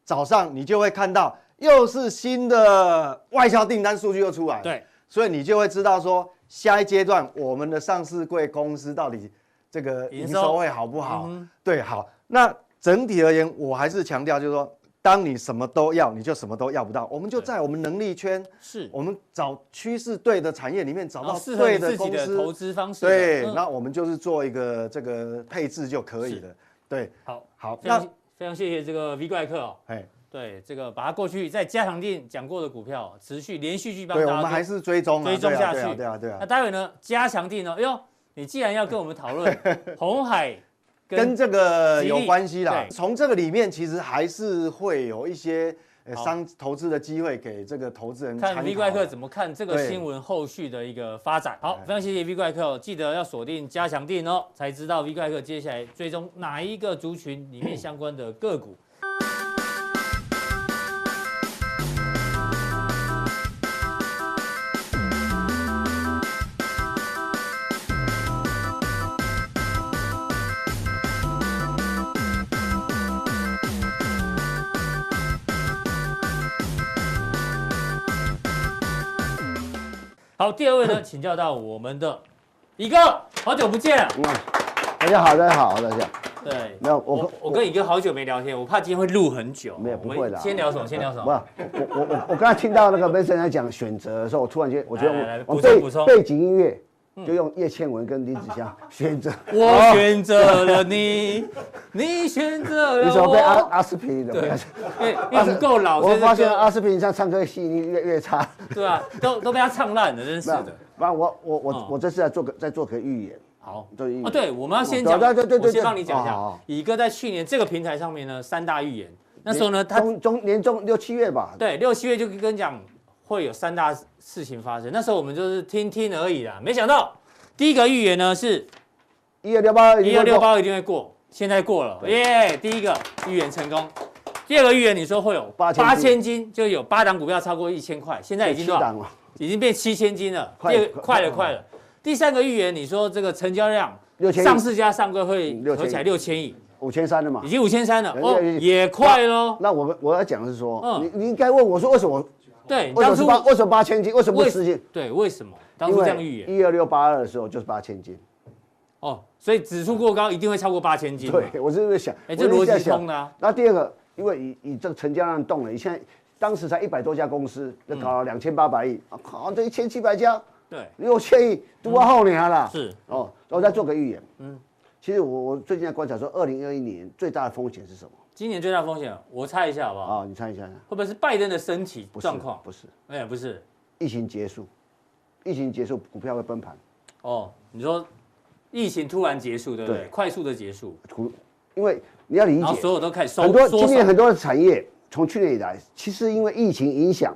Speaker 4: 早上，你就会看到又是新的外销订单数据又出来了。
Speaker 2: 对，
Speaker 4: 所以你就会知道说，下一阶段我们的上市柜公司到底这个
Speaker 2: 营
Speaker 4: 营
Speaker 2: 收嗯
Speaker 4: 收会好不好？对，好。那整体而言，我还是强调，就是说，当你什么都要，你就什么都要不到。我们就
Speaker 2: 对
Speaker 4: 在我们能力圈，
Speaker 2: 是，
Speaker 4: 我们找趋势对的产业里面找
Speaker 2: 然
Speaker 4: 到
Speaker 2: 后哦适合
Speaker 4: 对
Speaker 2: 你自己
Speaker 4: 公
Speaker 2: 的
Speaker 4: 司，
Speaker 2: 投资方式的，
Speaker 4: 对，
Speaker 2: 嗯
Speaker 4: 那我们就是做一个这个配置就可以了。对，
Speaker 2: 好，
Speaker 4: 好，
Speaker 2: 非
Speaker 4: 那
Speaker 2: 常非常谢谢这个 V 怪客哦，
Speaker 4: 哎，
Speaker 2: 对，这个把它过去在加强店讲过的股票，持续连续去帮
Speaker 4: 对，我
Speaker 2: 大
Speaker 4: 们
Speaker 2: 家
Speaker 4: 还
Speaker 2: 做。
Speaker 4: 是追踪啊，
Speaker 2: 追踪
Speaker 4: 对啊
Speaker 2: 下
Speaker 4: 对啊
Speaker 2: 去
Speaker 4: 对啊，对啊
Speaker 2: 那，待会呢，加强店呢，哎呦，你既然要跟我们讨论
Speaker 4: [LAUGHS]
Speaker 2: 红海
Speaker 4: 跟这个
Speaker 2: 吉利
Speaker 4: 有关系啦
Speaker 2: 对。
Speaker 4: 从这个里面，其实还是会有一些呃
Speaker 2: 好
Speaker 4: 商投资的机会给这个投资人参考
Speaker 2: 看
Speaker 4: 啦。
Speaker 2: V 怪客怎么看这个
Speaker 4: 对
Speaker 2: 新闻后续的一个发展。好，
Speaker 4: 哎
Speaker 2: 非常谢谢 V 怪客、哦，记得要锁定加强店哦，才知道 V 怪客接下来追踪哪一个族群里
Speaker 4: [CLEARS THROAT]
Speaker 2: 面相关的个股。好，第二位
Speaker 3: [CLEARS THROAT]
Speaker 2: 呢，请教到我们的一哥，好久不见了。
Speaker 3: 嗯，大家好，大家好，大家好
Speaker 2: 对，
Speaker 3: 没有
Speaker 2: 我
Speaker 3: 我
Speaker 2: 我跟乙哥好久没聊天，我怕今天会录很久。
Speaker 3: 没有
Speaker 2: 我
Speaker 3: 不
Speaker 2: 们
Speaker 3: 会的啊。
Speaker 2: 先聊什么？先聊什么？
Speaker 3: 不，我我我我刚才听到那个 v i n c e n 在讲选择的时候，我突然间我觉得
Speaker 2: 来来来补
Speaker 3: 我我
Speaker 2: 充
Speaker 3: 背
Speaker 2: 补充嗯
Speaker 3: 背景音乐就用叶倩文跟林子
Speaker 2: [LAUGHS]
Speaker 3: 祥选择。哦
Speaker 2: 我选择了
Speaker 3: [LAUGHS]
Speaker 2: 你，你选择
Speaker 3: 你
Speaker 2: 了
Speaker 3: 怎么被阿
Speaker 2: 我。
Speaker 3: 阿斯匹林的？ [LAUGHS]
Speaker 2: 对，因为 [LAUGHS] 因为我们够老，
Speaker 3: 我
Speaker 2: 这
Speaker 3: 发现
Speaker 2: 歌
Speaker 3: 阿斯匹林上唱歌吸引力 [LAUGHS] 越越差。
Speaker 2: 对啊，都都被他唱烂了，真是
Speaker 3: 没有
Speaker 2: 的。，
Speaker 3: 不然我我我
Speaker 2: 嗯
Speaker 3: 我这次要做个再做个预言。
Speaker 2: 好，
Speaker 3: 做预言
Speaker 2: 啊，对，我们要先
Speaker 3: 对
Speaker 2: 讲，
Speaker 3: 嗯对对对
Speaker 2: 我先
Speaker 3: 对哦
Speaker 2: 帮你讲一
Speaker 3: 好好
Speaker 2: 下
Speaker 3: 好。
Speaker 2: 乙哥在去年这个平台上面呢，三大预言，那时候呢，他
Speaker 3: 中中年中六七月吧，
Speaker 2: 对六七月就跟你讲会有三大事情发生，那时候我们就是听听而已啦，没想到第一个预言呢是
Speaker 3: 一二六八
Speaker 2: 一二六，八一定会过，现在过了，耶！第一个预言成功，第二个预言你说会有
Speaker 3: 八千
Speaker 2: 八千斤，就有八档股票超过一千块，现在已经
Speaker 3: 七
Speaker 2: 多少？
Speaker 3: 档了，
Speaker 2: 已经变七千斤了，
Speaker 3: 快
Speaker 2: 第二
Speaker 3: 快嗯
Speaker 2: 快了
Speaker 3: 快
Speaker 2: 快了。第三个预言你说这个成交量
Speaker 3: 6000亿
Speaker 2: 上市加上柜
Speaker 3: 嗯
Speaker 2: 会
Speaker 3: 6000亿
Speaker 2: 合起来六千亿，
Speaker 3: 五千三了嘛
Speaker 2: 已。经五千三了，
Speaker 3: 对
Speaker 2: 哦，
Speaker 3: 对对
Speaker 2: 也快喽。
Speaker 3: 那我们我要讲的是说，
Speaker 2: 嗯
Speaker 3: 你你应该问我说为什么
Speaker 2: 对，你
Speaker 3: 为
Speaker 2: 当
Speaker 3: 什么是
Speaker 2: 初
Speaker 3: 八为什么八千斤，为什么不
Speaker 2: 为
Speaker 3: 十斤？
Speaker 2: 对为什么当
Speaker 3: 因
Speaker 2: 初
Speaker 3: 为
Speaker 2: 这样预言？
Speaker 3: 一二六八二的时候就是八千斤，
Speaker 2: 哦，所以指数过高一定会超过八千斤嘛。
Speaker 3: 对我是在想，
Speaker 2: 哎
Speaker 3: 我
Speaker 2: 这
Speaker 3: 就是在
Speaker 2: 逻辑
Speaker 3: 想
Speaker 2: 通的啊。
Speaker 3: 那第二个，因为以以这个成交量动了，你现在当时才一百多家公司，就搞
Speaker 2: 嗯
Speaker 3: 了两千八百亿，啊靠，这一千七百家
Speaker 2: 对，
Speaker 3: 六千亿，都要后年啦。
Speaker 2: 嗯是
Speaker 3: 哦，我再做个预言，嗯，其实我我最近在观察说，二零二一年最大的风险是什么？
Speaker 2: 今年最大风险，我猜一下好不好？
Speaker 3: 啊，你猜一下，
Speaker 2: 会不会是拜登的身体
Speaker 3: 不是
Speaker 2: 哦状况？
Speaker 3: 不是，
Speaker 2: 哎，不是
Speaker 3: 疫情结束，疫情结束，股票会崩盘，
Speaker 2: 哦，你说疫情突然结束，对不对？
Speaker 3: 对
Speaker 2: 快速的结束，
Speaker 3: 股，因为你要理
Speaker 2: 然后所
Speaker 3: 解，
Speaker 2: 有都开始收
Speaker 3: 很多
Speaker 2: 缩
Speaker 3: 今
Speaker 2: 手
Speaker 3: 年很多的产业从去年以来，其实因为疫情影响，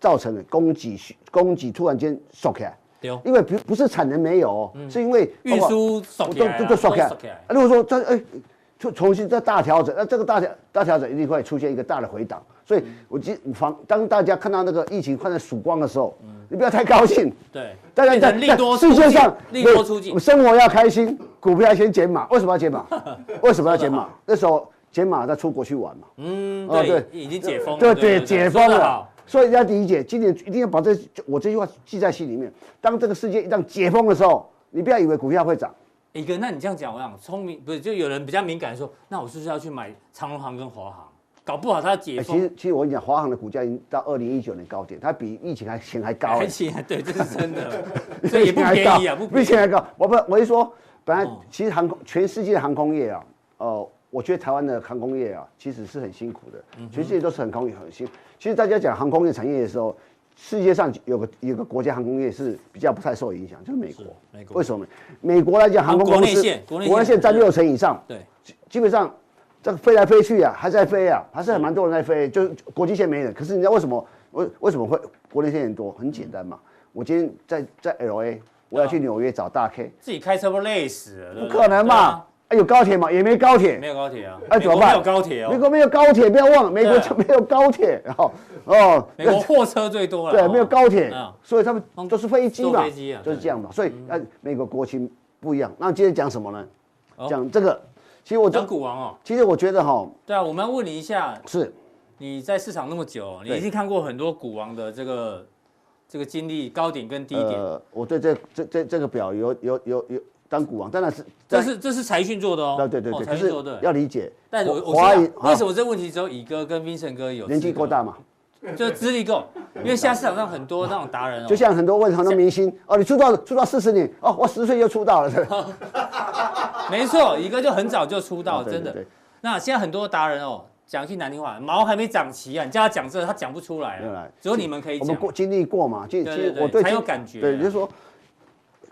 Speaker 3: 造成了供给需供给突然间缩起来，
Speaker 2: 对哦
Speaker 3: 因为不不是产能没有哦，是因为
Speaker 2: 嗯运输缩
Speaker 3: 我
Speaker 2: 起
Speaker 3: 都
Speaker 2: 来啊，
Speaker 3: 都都缩起来
Speaker 2: 都缩起来。
Speaker 3: 啊如果说这哎，就重新再大调整，那这个大调大调整一定会出现一个大的回档。所
Speaker 2: 嗯
Speaker 3: 以，我记防当大家看到那个疫情快在曙光的时候，
Speaker 2: 嗯
Speaker 3: 你不要太高兴。
Speaker 2: 对，
Speaker 3: 大家
Speaker 2: 变
Speaker 3: 在
Speaker 2: 成利多出
Speaker 3: 世
Speaker 2: 尽
Speaker 3: 界上
Speaker 2: 利多出尽，
Speaker 3: 生活要开心，股票要先减码。为什么要
Speaker 2: [LAUGHS]
Speaker 3: 减码？为什么要减码？那时候减码在出国去玩嘛，
Speaker 2: 嗯，
Speaker 3: 哦
Speaker 2: 对，
Speaker 3: 对
Speaker 2: 已经解封了，
Speaker 3: 对对，解封。
Speaker 2: 说得
Speaker 3: 了
Speaker 2: 好。
Speaker 3: 所以要理解，今年一定要把这我这句话记在心里面。当这个世界一旦解封的时候，你不要以为股票会涨，
Speaker 2: 哎一个，那你这样讲，我想聪明不是？就有人比较敏感说，那我是不是要去买长隆行跟华航？搞不好它解
Speaker 3: 哎
Speaker 2: 封
Speaker 3: 其实，其实我跟你讲，华航的股价已经到二零一九年高点，它比疫情还前
Speaker 2: [LAUGHS]
Speaker 3: 还高、
Speaker 2: 而
Speaker 3: 哎
Speaker 2: 且对，这是真
Speaker 3: [LAUGHS]
Speaker 2: 的， [LAUGHS] 所以也不便宜啊，不
Speaker 3: 比
Speaker 2: 便宜
Speaker 3: 以前。还高。 [LAUGHS] 我不，我一说，本来
Speaker 2: 哦
Speaker 3: 其实航空全世界的航空业啊，呃，我觉得台湾的航空业啊，其实是很辛苦的，
Speaker 2: 嗯
Speaker 3: 全世界都是很空很辛苦。其实大家讲航空业产业的时候，世界上有个有个国家航空业是比较不太受影响，就是美国
Speaker 2: 是。美国哦
Speaker 3: 为什么？美国来讲，航空
Speaker 2: 国
Speaker 3: 公
Speaker 2: 内
Speaker 3: 司
Speaker 2: 线国内线
Speaker 3: 占六成以上，
Speaker 2: 对，
Speaker 3: 基基本上这个飞来飞去啊，还在飞啊，还是很蛮多人在飞，就是国际线没人。可是你知道为什么为为什么会国内线很多？很简单嘛，我今天在在 L A，我要去纽约找大 K，
Speaker 2: 自己开车不累死了？对
Speaker 3: 不
Speaker 2: 对
Speaker 3: 可能
Speaker 2: 对
Speaker 3: 嘛
Speaker 2: 啊？
Speaker 3: 哎，有高铁嘛？也没高铁
Speaker 2: 没。有高铁啊，
Speaker 3: 哎，
Speaker 2: 美
Speaker 3: 怎
Speaker 2: 国
Speaker 3: 么办？
Speaker 2: 没有高铁
Speaker 3: 美
Speaker 2: 哦，
Speaker 3: 国没有高铁，不要忘了，美国
Speaker 2: 对啊
Speaker 3: 就没有高铁。 [LAUGHS] 哦哦，
Speaker 2: 美国货车最多了，
Speaker 3: 对，
Speaker 2: 哦
Speaker 3: 没有高铁
Speaker 2: 嗯，
Speaker 3: 所以他们都是飞机
Speaker 2: 坐
Speaker 3: 嘛
Speaker 2: 飞机啊，
Speaker 3: 就是这样嘛。所以呃，美国国情不一样。那今天讲什么呢
Speaker 2: 哦？
Speaker 3: 讲这个，其实我
Speaker 2: 讲股王哦，
Speaker 3: 其实我觉得哈
Speaker 2: 对啊，我们要问你一下，
Speaker 3: 是
Speaker 2: 你在市场那么久，你
Speaker 3: 对
Speaker 2: 一定看过很多股王的这个这个经历，高点跟低点，
Speaker 3: 呃，我对这这这这个表有有有有当股王，当然是
Speaker 2: 这是这是财讯做的哦，
Speaker 3: 对对对
Speaker 2: 哦
Speaker 3: 对，
Speaker 2: 财
Speaker 3: 可
Speaker 2: 讯
Speaker 3: 是
Speaker 2: 做的。
Speaker 3: 要理解，
Speaker 2: 但我我
Speaker 3: 华
Speaker 2: 知
Speaker 3: 语
Speaker 2: 道为什
Speaker 3: 啊
Speaker 2: 么这问题只有乙哥跟 Vincent 哥有
Speaker 3: 年纪
Speaker 2: 资格
Speaker 3: 够大，嘛？
Speaker 2: 就资历够，因为现在市场上很多那种达人哦，
Speaker 3: 就像很多问很多明星哦，你出道出道四十年哦，我十岁就出道了，是吧
Speaker 2: 没错，乙哥就很早就出
Speaker 3: [LAUGHS]
Speaker 2: 道，
Speaker 3: 啊
Speaker 2: 哦
Speaker 3: 对
Speaker 2: 真的
Speaker 3: 对对。
Speaker 2: 那现在很多达人哦，讲句难听话，毛还没长齐啊，你叫他讲这个他讲不出来
Speaker 3: 没有
Speaker 2: 啊
Speaker 3: 啦，
Speaker 2: 只有你们可以
Speaker 3: 我
Speaker 2: 讲
Speaker 3: 们。过经历过嘛，其实
Speaker 2: 对
Speaker 3: 其
Speaker 2: 对
Speaker 3: 实
Speaker 2: 对
Speaker 3: 我对
Speaker 2: 才
Speaker 3: 经
Speaker 2: 有感觉啊
Speaker 3: 对，就是说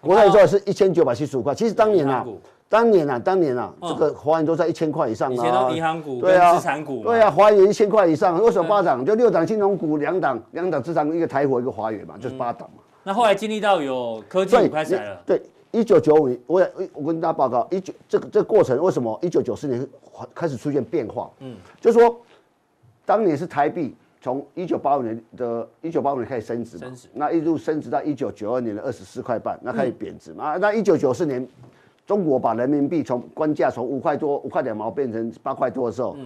Speaker 3: 国泰之后是一千九百七十五块，其实当年
Speaker 2: 银行
Speaker 3: 啊
Speaker 2: 股，
Speaker 3: 当年啊，当年啊，
Speaker 2: 嗯
Speaker 3: 这个华人都在一千块以上
Speaker 2: 以前
Speaker 3: 啊
Speaker 2: 都银，行股
Speaker 3: 对
Speaker 2: 跟
Speaker 3: 啊
Speaker 2: 资产股嘛，
Speaker 3: 对啊，华人一千块以上，为什么八档？就六档金融股，两档两档资产股，一个台火，一个华远嘛，就是八档嘛。
Speaker 2: 那后来经历到有科技
Speaker 3: 所以
Speaker 2: 嗯股开始来啊了，
Speaker 3: 对，一九九五，我也我跟大家报告，一九这个这个过程为什么一九九四年开始出现变化？嗯，就是说当年是台币从一九八五年的一九八五年开始升值嘛，
Speaker 2: 升值嗯
Speaker 3: 那一路升值到一九九二年的二十四块半，那开始贬值嘛。啊那一九九四年，中国把人民币从官价从五块多五块两毛变成八块多的
Speaker 2: 嗯
Speaker 3: 时候，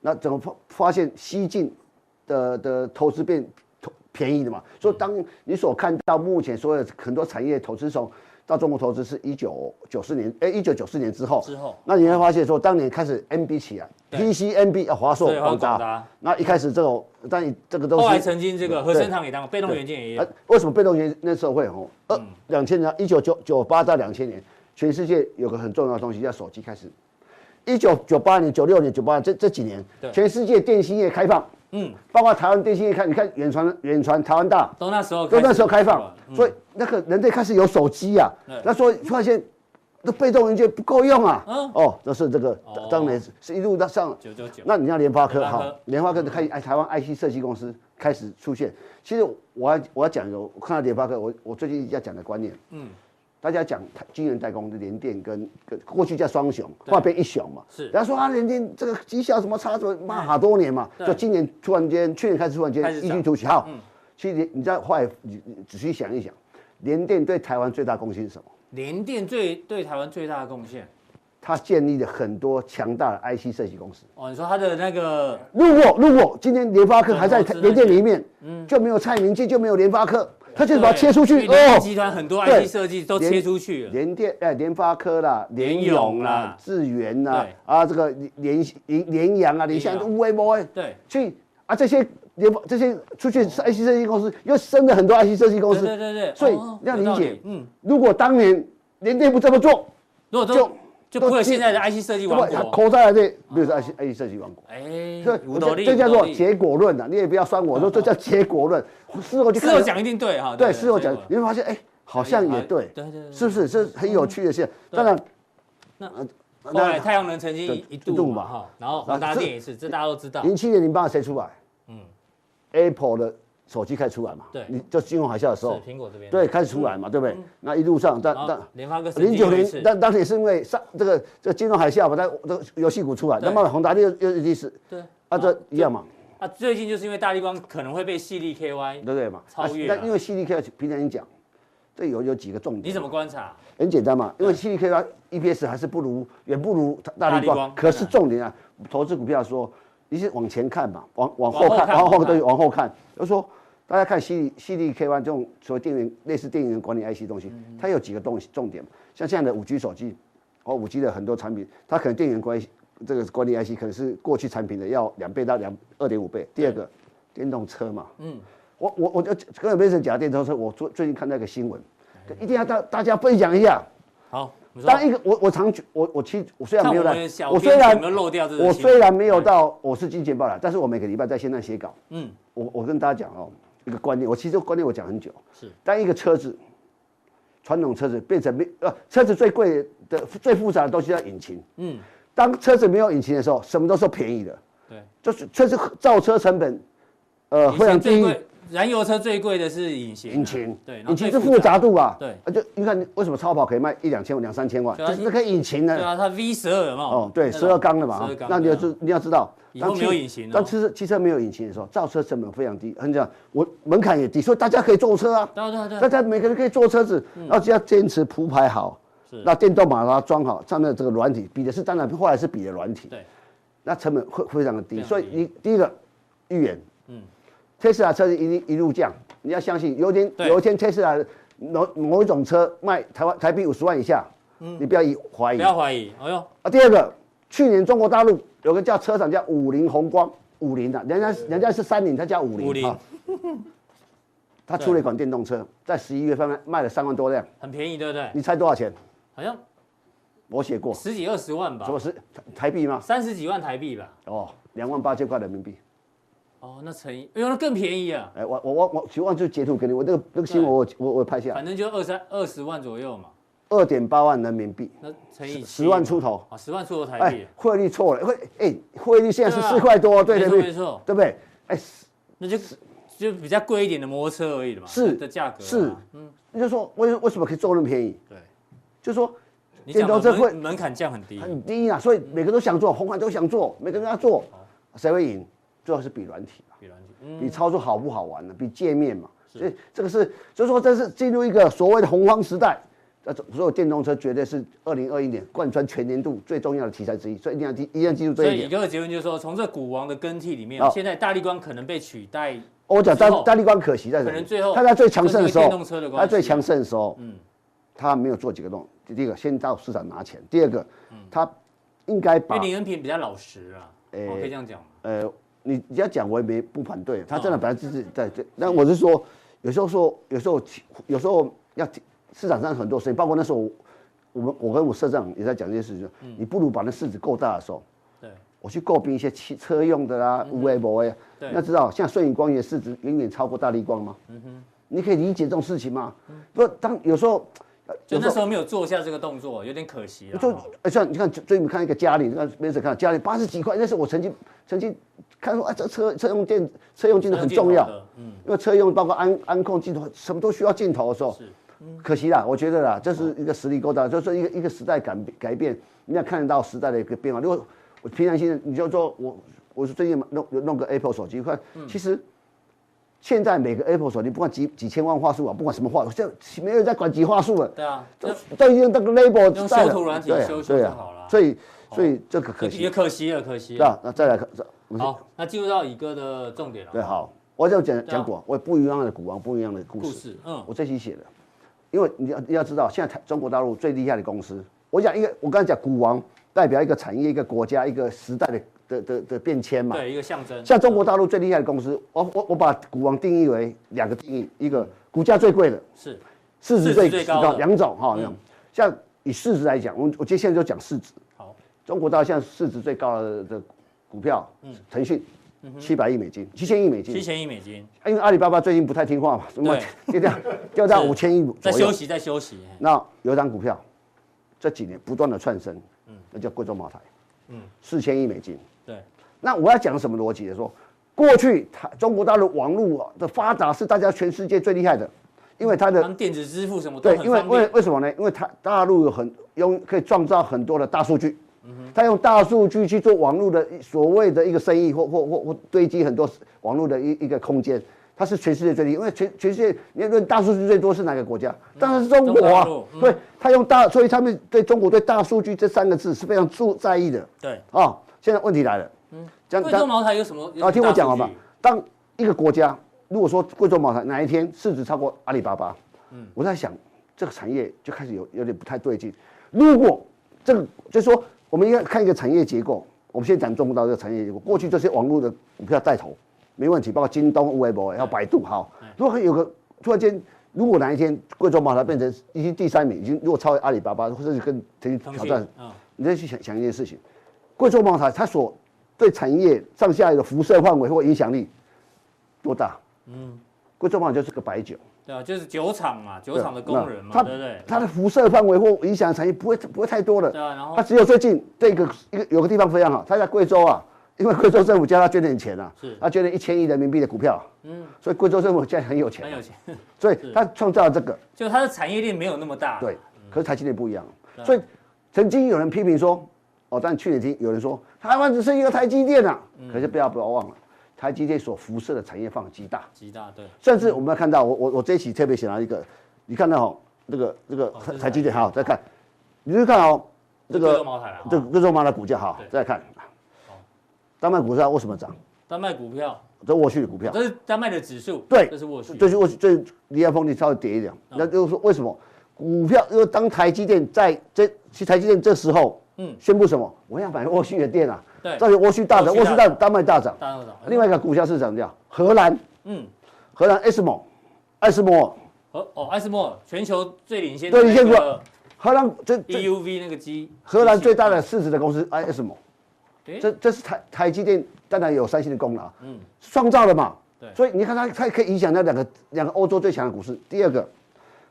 Speaker 3: 那怎么发发现西进的的投资变投便宜的嘛？所以当你所看到目前所有很多产业投资从到中国投资是一九九四年，哎，一九九四年之后，
Speaker 2: 之后
Speaker 3: 那你会发现说，当年开始 NB 起来
Speaker 2: 对
Speaker 3: ，PCNB 啊，华硕、
Speaker 2: 对华硕
Speaker 3: 广
Speaker 2: 广
Speaker 3: 达
Speaker 2: 达，
Speaker 3: 那一开始这种，但你这个都是
Speaker 2: 后来曾经这个合
Speaker 3: 对
Speaker 2: 生堂也当，被动元件也
Speaker 3: 啊
Speaker 2: 有，，嗯
Speaker 3: 为什么被动元那时候会红？呃，两千年，一九九九八到两千年，全世界有个很重要的东西叫手机开始。一九九八年、九六年、九八这这几年
Speaker 2: 对，
Speaker 3: 全世界电信业开放，
Speaker 2: 嗯，
Speaker 3: 包括台湾电信业开，你看远传、远传、台湾大，
Speaker 2: 都那时候
Speaker 3: 都
Speaker 2: 始
Speaker 3: 那时候开
Speaker 2: 了
Speaker 3: 放，
Speaker 2: 嗯
Speaker 3: 所以那个人类开始有手机啊
Speaker 2: 对，
Speaker 3: 那时候发现那被动元件不够用啊
Speaker 2: 嗯，
Speaker 3: 哦，这是这个
Speaker 2: 哦
Speaker 3: 当年是是一路到上
Speaker 2: 九九九，
Speaker 3: 那你像联发
Speaker 2: 联
Speaker 3: 科
Speaker 2: 发科
Speaker 3: 哈，联发科就开始哎，台湾 IC 设计公司开始出现。其实我要我要讲一个，我看到联发科，我我最近要讲的观念，嗯，大家讲晶圆代工的联电跟跟过去叫双雄，
Speaker 2: 对
Speaker 3: 后来变一雄嘛，
Speaker 2: 是
Speaker 3: 人家说啊，联电这个绩效什么差什么，骂好多年嘛，
Speaker 2: 对
Speaker 3: 就今年突然间，去年开始突然
Speaker 2: 嗯开始
Speaker 3: 间
Speaker 2: 涨嗯
Speaker 3: 异军突起，好，其实你知道后来你你仔细想一想，联电对台湾最大贡献是什么？
Speaker 2: 联电最对台湾最大的贡献
Speaker 3: 它建立了很多强大的 IC 设计公司。
Speaker 2: 哦，你说他的那个
Speaker 3: 如果如果今天联发科还在
Speaker 2: 对哦
Speaker 3: 联电里面，就没有蔡明基，就没有联发科，他就是把它切出去
Speaker 2: 嗯对
Speaker 3: 哦
Speaker 2: 联电集团很多
Speaker 3: 对
Speaker 2: IC 设计都切出去了，
Speaker 3: 联电哎，联发科啦，联
Speaker 2: 勇
Speaker 3: 咏
Speaker 2: 啦
Speaker 3: 啦，智源啦
Speaker 2: 对，
Speaker 3: 啊，这个联联联阳啊，联想
Speaker 2: 联
Speaker 3: 都
Speaker 2: 阳
Speaker 3: 微波哎，
Speaker 2: 对，哦
Speaker 3: 所以啊，这些联发这些出去是 IC 设计公司，又生了很多 IC 设计公司，
Speaker 2: 对对对对
Speaker 3: 所以
Speaker 2: 哦
Speaker 3: 要
Speaker 2: 有
Speaker 3: 理
Speaker 2: 道
Speaker 3: 解
Speaker 2: 理，嗯，
Speaker 3: 如果当年联电不这么做，
Speaker 2: 如果
Speaker 3: 就
Speaker 2: 都就不会有现在的 IC 设计王
Speaker 3: 他
Speaker 2: 国，
Speaker 3: 口袋来的，比如说 IC IC 设计王国。
Speaker 2: 哎
Speaker 3: 嗯这，
Speaker 2: 五斗
Speaker 3: 这
Speaker 2: 力，
Speaker 3: 这叫
Speaker 2: 五斗
Speaker 3: 做
Speaker 2: 笠
Speaker 3: 结果论啊！你也不要酸我，说这叫结果论。事后就
Speaker 2: 嗯事
Speaker 3: 看
Speaker 2: 后讲一定对哈，
Speaker 3: 对，事后讲
Speaker 2: 结果
Speaker 3: 你会发现，哎，好像也对，
Speaker 2: 哎对对对对嗯
Speaker 3: 是不是？这是很有趣的事。当然，呃
Speaker 2: 后来太阳能曾经一
Speaker 3: 对
Speaker 2: 度
Speaker 3: 一度
Speaker 2: 嘛
Speaker 3: 嘛
Speaker 2: 哈，然后宏达电也是，这大家都知道，
Speaker 3: 零七年、零八谁出来？，Apple 的手机开始出来嘛？
Speaker 2: 嗯对
Speaker 3: 你就金融海啸的时
Speaker 2: 是
Speaker 3: 候，
Speaker 2: 苹果这边的
Speaker 3: 对，开始出来嘛，对不对？那一路上，
Speaker 2: 嗯
Speaker 3: 但
Speaker 2: 然后
Speaker 3: 但
Speaker 2: 联发科
Speaker 3: 零
Speaker 2: 曾经
Speaker 3: 九
Speaker 2: 有一
Speaker 3: 年
Speaker 2: 次，
Speaker 3: 但当时也是因为上这个这个金融海啸嘛，它这个游戏股出来，
Speaker 2: 对
Speaker 3: 那么宏达电又又历史
Speaker 2: 对
Speaker 3: 啊，这一样嘛，
Speaker 2: 啊，最近就是因为大力光可能会被细粒 KY，
Speaker 3: 对不对嘛？啊
Speaker 2: 超越
Speaker 3: 那
Speaker 2: 了
Speaker 3: 因为 CDK 平常你讲，这有有几个重点，
Speaker 2: 你怎么观察？
Speaker 3: 很简单嘛，因为 C D K 它 E P S 还是不如远不如大力
Speaker 2: 大力光
Speaker 3: 光，可是重点啊，投资股票说你是往前看嘛，往往后
Speaker 2: 往后
Speaker 3: 看，
Speaker 2: 看
Speaker 3: 往
Speaker 2: 往后
Speaker 3: 后
Speaker 2: 看
Speaker 3: 对，往后看，就说大家看 C C D K 1这种所谓电源类似电源管理 I C 东西，它有几个东西重点嘛，像现在的五 G 手机，哦五 G 的很多产品，它可能电源管理这个管理 IC 可能是过去产品的要两倍到两二点五倍。第二个，电动车嘛，嗯，我我我就跟别人讲电动车，我最最近看那个新闻，一定要大大家分享一下。
Speaker 2: 好，你说
Speaker 3: 当一个我我常去我我其实我虽然没有
Speaker 2: 看我
Speaker 3: 来
Speaker 2: 们，小
Speaker 3: 我
Speaker 2: 编
Speaker 3: 虽然
Speaker 2: 有没有漏掉这个
Speaker 3: 我
Speaker 2: 新闻哎
Speaker 3: 虽然没有到我是金钱豹了，但是我每个礼拜在线上写稿。
Speaker 2: 嗯，
Speaker 3: 我我跟大家讲哦，一个观念，我其实这个观念我讲很久。
Speaker 2: 是，
Speaker 3: 当一个车子，传统车子变成没呃，车子最贵的最复杂的东西叫引擎。嗯，当车子没有引擎的时候，什么都是便宜的，
Speaker 2: 对，
Speaker 3: 就是车子造车成本，呃，
Speaker 2: 以
Speaker 3: 非
Speaker 2: 前
Speaker 3: 常
Speaker 2: 最
Speaker 3: 低。
Speaker 2: 贵，燃油车最贵的是引擎啊，
Speaker 3: 引擎，
Speaker 2: 对，然后
Speaker 3: 引擎
Speaker 2: 最
Speaker 3: 是复杂度啊，
Speaker 2: 对
Speaker 3: 啊，就你看你为什么超跑可以卖一两千万、两三千万，
Speaker 2: 对啊
Speaker 3: 就是那个引擎呢
Speaker 2: 对，啊，它 V 十二有没有？
Speaker 3: 哦，对，
Speaker 2: 那
Speaker 3: 十
Speaker 2: 种
Speaker 3: 二缸的嘛
Speaker 2: 12
Speaker 3: 啊
Speaker 2: 缸，
Speaker 3: 那你
Speaker 2: 对
Speaker 3: 要
Speaker 2: 啊
Speaker 3: 知你要知道，
Speaker 2: 以后
Speaker 3: 当汽
Speaker 2: 没有引擎哦
Speaker 3: 当汽车汽车没有引擎的时候，造车成本非常低，很讲我门槛也低，所以大家可以坐车啊，
Speaker 2: 对啊对啊对嗯啊
Speaker 3: 大家每个人可以坐车子，然后只要坚持铺排好，那电动马它装好，上面这个软体比的是当然后来是比的软体，
Speaker 2: 对，
Speaker 3: 那成本会非常的
Speaker 2: 非常
Speaker 3: 低，
Speaker 2: 低
Speaker 3: 所以你第一个预言，嗯，特斯拉车子一定一路降，你要相信，有一天
Speaker 2: 对
Speaker 3: 有一天特斯拉某某一种车卖台湾台币五十万以下，你不要疑怀
Speaker 2: 嗯
Speaker 3: 疑，
Speaker 2: 不要怀疑，哎呦，
Speaker 3: 啊，第二个，去年中国大陆有个叫车厂叫五菱宏光，五菱啊，人家人家是三菱，他叫五菱。
Speaker 2: 五菱
Speaker 3: 啊他出了一款电动车，在十一月份卖卖了三万多辆，
Speaker 2: 很便宜，对不对？
Speaker 3: 你猜多少钱？
Speaker 2: 好像
Speaker 3: 我写过，
Speaker 2: 十几二十万吧
Speaker 3: 什，么是台台币吗？
Speaker 2: 三十几万台币吧。
Speaker 3: 哦，两万八千块人民币。
Speaker 2: 哦，那乘以，哎呦，那更便宜啊，
Speaker 3: 哎，我我我我，其实忘记截图给你，我那个那个新闻我我我拍下来
Speaker 2: 反，正就二三二十万左右嘛，
Speaker 3: 二点八万人民币，
Speaker 2: 那乘以
Speaker 3: 十万
Speaker 2: 七嘛
Speaker 3: 出头。
Speaker 2: 啊，十万出头台
Speaker 3: 哎
Speaker 2: 币，，
Speaker 3: 汇率错了，汇哎汇率现在是
Speaker 2: 对啊
Speaker 3: 四块多，对
Speaker 2: 没
Speaker 3: 人
Speaker 2: 错
Speaker 3: 民
Speaker 2: 没
Speaker 3: 币，
Speaker 2: 错，
Speaker 3: 对不对？哎，
Speaker 2: 那就就比较贵一点的摩托车而已了嘛，
Speaker 3: 是
Speaker 2: 的价格啊
Speaker 3: 是，那就说为为什么可以做那么便宜？
Speaker 2: 对，
Speaker 3: 就说
Speaker 2: 你讲
Speaker 3: 电动
Speaker 2: 的
Speaker 3: 车会
Speaker 2: 门门槛降很低，
Speaker 3: 很低啊，所以
Speaker 2: 嗯
Speaker 3: 每个都想做，红款都想做，每个人要做，谁会赢？最后是比软体嘛，
Speaker 2: 比软体，嗯，
Speaker 3: 比操作好不好玩呢、比界面嘛。所以这个是，所以说这是进入一个所谓的洪荒时代。那所有电动车绝对是二零二一年贯穿全年度最重要的题材之一，所以一定要记，一定要记住
Speaker 2: 所
Speaker 3: 这
Speaker 2: 以
Speaker 3: 一
Speaker 2: 一
Speaker 3: 点。哦
Speaker 2: 个结论就是说，从这股王的更替里面
Speaker 3: 好，
Speaker 2: 现在大力光可能被取代，
Speaker 3: 哦我讲
Speaker 2: 之
Speaker 3: 大
Speaker 2: 后
Speaker 3: 大力光可惜在
Speaker 2: 可
Speaker 3: 哪
Speaker 2: 能
Speaker 3: 里
Speaker 2: 最后？
Speaker 3: 他在最强盛的时
Speaker 2: 跟这个电动车的
Speaker 3: 候，
Speaker 2: 关系嗯
Speaker 3: 他最强盛的时候，他没有做几个动作。第一个，先到市场拿钱；第二个，他应该
Speaker 2: 嗯因
Speaker 3: 把
Speaker 2: 为林恩平比较老实啊，
Speaker 3: 哎
Speaker 2: 我可以这样讲嘛，
Speaker 3: 呃，你你要讲我也没不反对，他
Speaker 2: 哦
Speaker 3: 真的本来就是在这，那我是说，有时候说，有时候有时候要市场上很多事情，包括那时候我我们我跟我社长也在讲这些事情，
Speaker 2: 嗯
Speaker 3: 你不如把那市值够大的时候，
Speaker 2: 对，
Speaker 3: 我去诟病一些汽车用的啦、无为博呀，
Speaker 2: 嗯对嗯
Speaker 3: 那知道像顺影光源市值远远超过大力光吗？你可以理解这种事情吗？不，当有时候
Speaker 2: 就那时候没有做下这个动作，有点可惜啊。
Speaker 3: 就
Speaker 2: 哦
Speaker 3: 呃像你看最最近看一个嘉陵，你看没事看嘉陵八十几块，那是我曾经曾经看说啊，这车车用电车用镜头很重要
Speaker 2: 车用镜头的，嗯
Speaker 3: 因为车用包括安安控镜头，什么都需要镜头的时候，
Speaker 2: 嗯
Speaker 3: 可惜啦，我觉得啦，这是一个实力够大，就是一个一个时代改变改变，你要看得到时代的一个变化。如果我平常心，你就说我我是最近弄弄个 Apple 手机，看
Speaker 2: 嗯
Speaker 3: 其实。现在每个 Apple 手机，不管几几千万画素啊，不管什么画素，现在没有人在管几画素了。
Speaker 2: 对啊，
Speaker 3: 都都已经那个 label
Speaker 2: 用
Speaker 3: 在了
Speaker 2: 修图软体
Speaker 3: 对啊
Speaker 2: 修修
Speaker 3: 对
Speaker 2: 就
Speaker 3: 啊
Speaker 2: 好了
Speaker 3: 所以所以这个可
Speaker 2: 也也
Speaker 3: 惜，啊
Speaker 2: 可惜了，可惜了。
Speaker 3: 那那再来看这不是
Speaker 2: 好，那进入到乙哥的重点了。
Speaker 3: 对，好，我就讲
Speaker 2: 对啊
Speaker 3: 讲古，我不一样的古王，不一样的故
Speaker 2: 故
Speaker 3: 事
Speaker 2: 事。嗯
Speaker 3: 我这期写的，因为你要你要知道，现在台中国大陆最厉害的公司，我讲一个，我刚才讲古王代表一个产业、一个国家、一个时代的的的的变迁嘛。
Speaker 2: 对，一个象征。
Speaker 3: 像中国大陆最厉害的公司，我我我把股王定义为两个定义，一个股价最贵的，
Speaker 2: 是
Speaker 3: 市值最
Speaker 2: 市值最高
Speaker 3: 高
Speaker 2: 的嗯
Speaker 3: 两种哈，像以市值来讲，我我接现在就讲市值。
Speaker 2: 好，
Speaker 3: 中国到现在市值最高的的股票，腾讯，七百亿美金，七千亿美
Speaker 2: 嗯
Speaker 3: 金
Speaker 2: 七，千亿美金，
Speaker 3: 因为阿里巴巴最近不太听话嘛， [LAUGHS] 什么就这样掉到五千亿
Speaker 2: 在
Speaker 3: 左
Speaker 2: 休
Speaker 3: 右。
Speaker 2: 息，在休息。嘿
Speaker 3: 那有一张股票，这几年不断的窜升，那叫贵州茅台，四千亿美金。
Speaker 2: 对，
Speaker 3: 那我要讲什么逻辑？说过去它中国大陆网络的发达是大家全世界最厉害的，因为它的
Speaker 2: 他们电子支付什么都
Speaker 3: 对，
Speaker 2: 很
Speaker 3: 因为
Speaker 2: 方
Speaker 3: 为
Speaker 2: 便。
Speaker 3: 为什么呢？因为它大陆有很用可以创造很多的大数据，
Speaker 2: 嗯
Speaker 3: 它用大数据去做网络的所谓的一个生意或或或或堆积很多网络的一一个空间，它是全世界最厉害。因为全全世界你论大数据最多是哪个国家？当然是中国
Speaker 2: 嗯
Speaker 3: 啊
Speaker 2: 中国大。陆嗯
Speaker 3: 对，它用大，所以他们对中国对大数据这三个字是非常注在意的
Speaker 2: 对，
Speaker 3: 啊。现在问题来了，嗯，讲
Speaker 2: 贵州茅台有什么？有什么
Speaker 3: 啊，听我
Speaker 2: 大数
Speaker 3: 讲好吧
Speaker 2: 据？
Speaker 3: 当一个国家如果说贵州茅台哪一天市值超过阿里巴巴，嗯，我在想这个产业就开始有有点不太对劲。如果这个就是说，我们应该看一个产业结构，我们先讲中国大陆这个产业结构，过去这些网络的股票带头没问题，包括京东、微博、还有百度，好，如果有个突然间。如果哪一天贵州茅台变成已经第三名，已经如果超越阿里巴巴，或者是跟曾经
Speaker 2: 腾
Speaker 3: 挑
Speaker 2: 讯
Speaker 3: 战，
Speaker 2: 啊，
Speaker 3: 你再去想想一件事情，贵州茅台它所对产业上下游的辐射范围或影响力多大？嗯，贵州茅台就是个白酒，
Speaker 2: 对啊，就是酒厂嘛，酒厂的
Speaker 3: 那
Speaker 2: 工人嘛，
Speaker 3: 它
Speaker 2: 对不对？
Speaker 3: 它的辐射范围或影响产业不会不会太多了。
Speaker 2: 对啊然后
Speaker 3: 它只有最近这个一个有个地方非常好，它在贵州啊，因为贵州政府叫他捐点钱啊
Speaker 2: 是，
Speaker 3: 他捐了一千亿人民币的股票，嗯，所以贵州政府现在很有钱
Speaker 2: 很
Speaker 3: 啊、
Speaker 2: 有钱， [LAUGHS]
Speaker 3: 所以他创造了这个。
Speaker 2: 就它的产业链没有那么大，
Speaker 3: 对，可是台积电不一样，所以曾经有人批评说，哦，但去年听有人说台湾只剩一个台积电啊，可是不要不要忘了，台积电所辐射的产业范围极大，
Speaker 2: 极大对，
Speaker 3: 甚至我们要看到我我我这一期特别写了一个，你看到哦，这个哦这个
Speaker 2: 这是
Speaker 3: 台积电好再看，你就看哦，哦这
Speaker 2: 贵
Speaker 3: 个
Speaker 2: 州茅台哦了，
Speaker 3: 这
Speaker 2: 这
Speaker 3: 个贵州茅台股价好
Speaker 2: 对
Speaker 3: 再看，丹麦股票为什么涨？
Speaker 2: 丹麦股票，
Speaker 3: 这沃旭的股票。
Speaker 2: 这是丹麦的指数，
Speaker 3: 对
Speaker 2: 这是沃旭，
Speaker 3: 这就我这离岸风力稍微跌一点，
Speaker 2: 啊
Speaker 3: 那就是说为什么股票？因为当台积电在这，其实台积电这时候，
Speaker 2: 嗯
Speaker 3: 嗯，宣布什么？我要买沃旭的电啊，
Speaker 2: 对
Speaker 3: 造成沃旭大涨，
Speaker 2: 沃
Speaker 3: 沃
Speaker 2: 旭
Speaker 3: 旭
Speaker 2: 大
Speaker 3: 大丹麦大涨，
Speaker 2: 大家都涨，
Speaker 3: 另外一个股价是涨掉，荷兰，
Speaker 2: 嗯，
Speaker 3: 荷兰 S 某，艾斯摩，
Speaker 2: 哦哦，艾斯莫尔全球最领先，
Speaker 3: 最领先国荷兰这
Speaker 2: E
Speaker 3: 这
Speaker 2: EUV 那个机，
Speaker 3: 荷兰最大的
Speaker 2: 机
Speaker 3: 市值的公司 I S 某，
Speaker 2: 器，诶
Speaker 3: 这这是台台积电当然有三星的功劳，
Speaker 2: 嗯
Speaker 3: 嗯，创造了嘛，
Speaker 2: 对
Speaker 3: 所以你看它它可以影响到两个两个欧洲最强的股市。第二个，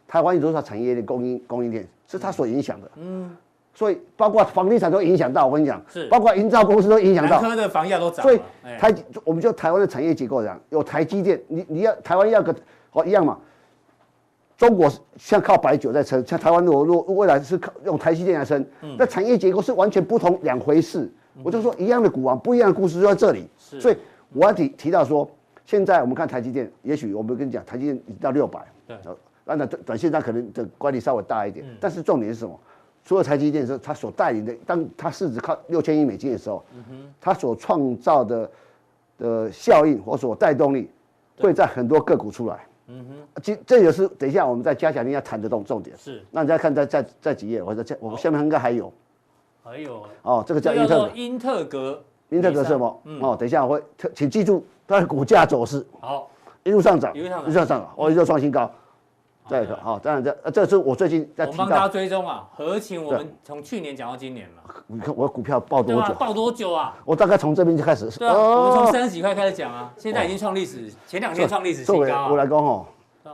Speaker 3: 台湾有多少产业链供应供应链是它所影响的，嗯，所以包括房地产都影响到，我跟你讲，
Speaker 2: 是
Speaker 3: 包括营造公司都影响
Speaker 2: 南
Speaker 3: 到。
Speaker 2: 科的房价都涨了，
Speaker 3: 所以
Speaker 2: 哎
Speaker 3: 台积，我们就台湾的产业结构讲，有台积电，你你要台湾要个哦一样嘛。中国像靠白酒在撑，像台湾如果如果未来是靠用台积电来撑，
Speaker 2: 嗯
Speaker 3: 那产业结构是完全不同两回事。我就说一样的股王，不一样的故事就在这里。
Speaker 2: 是
Speaker 3: 所以我要提提到说，现在我们看台积电，也许我们跟你讲，台积电已经到六百，
Speaker 2: 对
Speaker 3: 呃，当然短短线上可能的管理稍微大一点，但是重点是什么？除了台积电之后，它所带领的，当它市值靠六千亿美金的时候，它所创造的的效应或所带动力，会在很多个股出来。嗯哼，这这也是等一下我们在加强力要谈的重重点。
Speaker 2: 是
Speaker 3: 那你再看在在在几页，我在我们下面应该还有
Speaker 2: 还有
Speaker 3: 哦，这个叫
Speaker 2: 这
Speaker 3: 英特
Speaker 2: 做
Speaker 3: 尔，
Speaker 2: 英特格，
Speaker 3: 英特尔是什么？哦，等一下我会特请记住它的股价走势。
Speaker 2: 好，
Speaker 3: 一路上涨，
Speaker 2: 一路上涨
Speaker 3: 涨，哦，一路创新高。再一
Speaker 2: 对
Speaker 3: 个，好，当然这呃这是我最近在
Speaker 2: 我
Speaker 3: 提
Speaker 2: 帮大家
Speaker 3: 到，
Speaker 2: 追踪啊，合情我们从去年讲到今年嘛，
Speaker 3: 你看我股票报
Speaker 2: 对
Speaker 3: 多
Speaker 2: 吧？
Speaker 3: 久？
Speaker 2: 报多久啊？
Speaker 3: 我大概从这边就开始，
Speaker 2: 对啊，我们从
Speaker 3: 哦
Speaker 2: 三十几块开始讲啊，现在已经创历史，前两天创历史
Speaker 3: 作
Speaker 2: 新
Speaker 3: 为
Speaker 2: 高
Speaker 3: 我来
Speaker 2: 啊。
Speaker 3: 讲哦，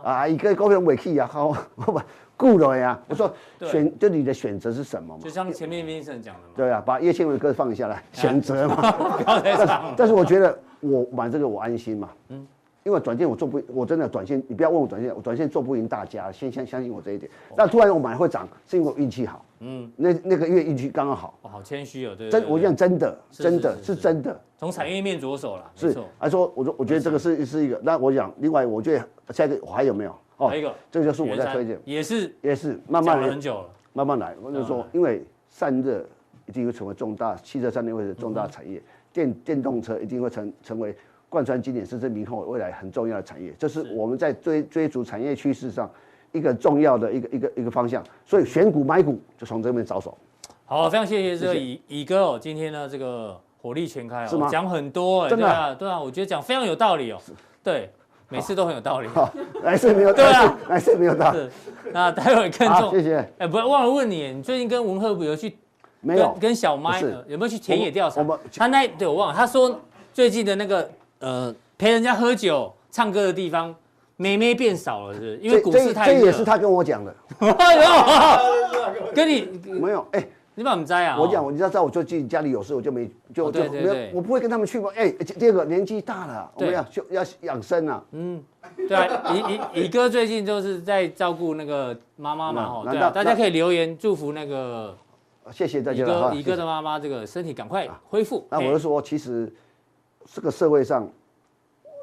Speaker 3: 啊，一个股票委屈啊，好， [LAUGHS] 我把顾了呀。我说
Speaker 2: 对
Speaker 3: 选，就你的选择是什么嘛
Speaker 2: 就？哎像前面 Vincent 讲的嘛，
Speaker 3: 对啊，把叶倩文的歌放下来，选择嘛。
Speaker 2: 不要再
Speaker 3: 但是
Speaker 2: 涨了。
Speaker 3: 但是我觉得我买这个我安心嘛，嗯，因为短线我做不，我真的短线，你不要问我短线，我短线做不赢大家，先相相信我这一点。
Speaker 2: 哦
Speaker 3: 但突然我买会涨，是因为我运气好，嗯，那那个月运气刚刚好。
Speaker 2: 哇，好谦虚哦，对
Speaker 3: 真，我
Speaker 2: 讲
Speaker 3: 讲真的，
Speaker 2: 是
Speaker 3: 真的
Speaker 2: 是是
Speaker 3: 是真的，
Speaker 2: 从产业面着手啦，没
Speaker 3: 是
Speaker 2: 错。
Speaker 3: 还说，我说我觉得这个是是一个。那我讲，另外我觉得下一个我还有没有？哦
Speaker 2: 还有一个，
Speaker 3: 这个就是我
Speaker 2: 元
Speaker 3: 在
Speaker 2: 山
Speaker 3: 推荐，
Speaker 2: 也是
Speaker 3: 也是慢
Speaker 2: 讲
Speaker 3: 慢
Speaker 2: 了
Speaker 3: 来
Speaker 2: 很，久了，
Speaker 3: 慢慢来。我就
Speaker 2: 嗯
Speaker 3: 说，因为散热一定会成为重大汽车三电会的重大产业，
Speaker 2: 嗯
Speaker 3: 电电动车一定会成成为贯穿今年甚至明后未来很重要的产业，这是我们在追追逐产业趋势上一个重要的一个一个一个方向。所以选股买股就从这边
Speaker 2: [LAUGHS]
Speaker 3: 着手。
Speaker 2: 好，非常谢谢这个
Speaker 3: 谢谢
Speaker 2: 乙乙哥哦，今天呢这个火力全开
Speaker 3: 是
Speaker 2: 哦
Speaker 3: 吗，
Speaker 2: 讲很多哎，
Speaker 3: 真
Speaker 2: 对
Speaker 3: 的
Speaker 2: 啊对啊，我觉得讲非常有道理哦，对，每次都很有道理。
Speaker 3: 好，来是没有，
Speaker 2: 对
Speaker 3: 来
Speaker 2: 啊
Speaker 3: 是来是没有到。
Speaker 2: 是， [LAUGHS] 那待会儿更
Speaker 3: 好，
Speaker 2: 重
Speaker 3: 谢。谢。
Speaker 2: 哎，不要忘了问你，你最近跟文赫有去
Speaker 3: 没有
Speaker 2: 跟，跟小麦
Speaker 3: 不是
Speaker 2: 呃有没有去田野调查？
Speaker 3: 我们
Speaker 2: 他那对我忘了，他说最近的那个呃陪人家喝酒唱歌的地方，妹妹变少了，是不是因为
Speaker 3: 这
Speaker 2: 股
Speaker 3: 这
Speaker 2: 市太热。
Speaker 3: 这也是他跟我讲的，
Speaker 2: 哎呦，跟你
Speaker 3: 没有。哎，
Speaker 2: 你把我们摘啊！
Speaker 3: 我讲，我你知道，我就自己家里有事，我就没
Speaker 2: 哦
Speaker 3: 就
Speaker 2: 对
Speaker 3: 就
Speaker 2: 对
Speaker 3: 没
Speaker 2: 对
Speaker 3: 有，我不会跟他们去嘛。哎，这第二个年纪大了，我
Speaker 2: 对嗯
Speaker 3: 们要就要养生啊。
Speaker 2: 对啊，乙乙乙哥最近就是在照顾那个妈妈嘛，
Speaker 3: 那
Speaker 2: 吼，
Speaker 3: 嗯那
Speaker 2: 对啊，
Speaker 3: 那
Speaker 2: 大家可以留言祝福那个
Speaker 3: 谢谢大
Speaker 2: 乙
Speaker 3: 家了
Speaker 2: 哥
Speaker 3: 哈。
Speaker 2: 乙
Speaker 3: 谢
Speaker 2: 哥
Speaker 3: 谢
Speaker 2: 的妈妈，这个哎身体赶快恢复。
Speaker 3: 那我就说，其实这个社会上，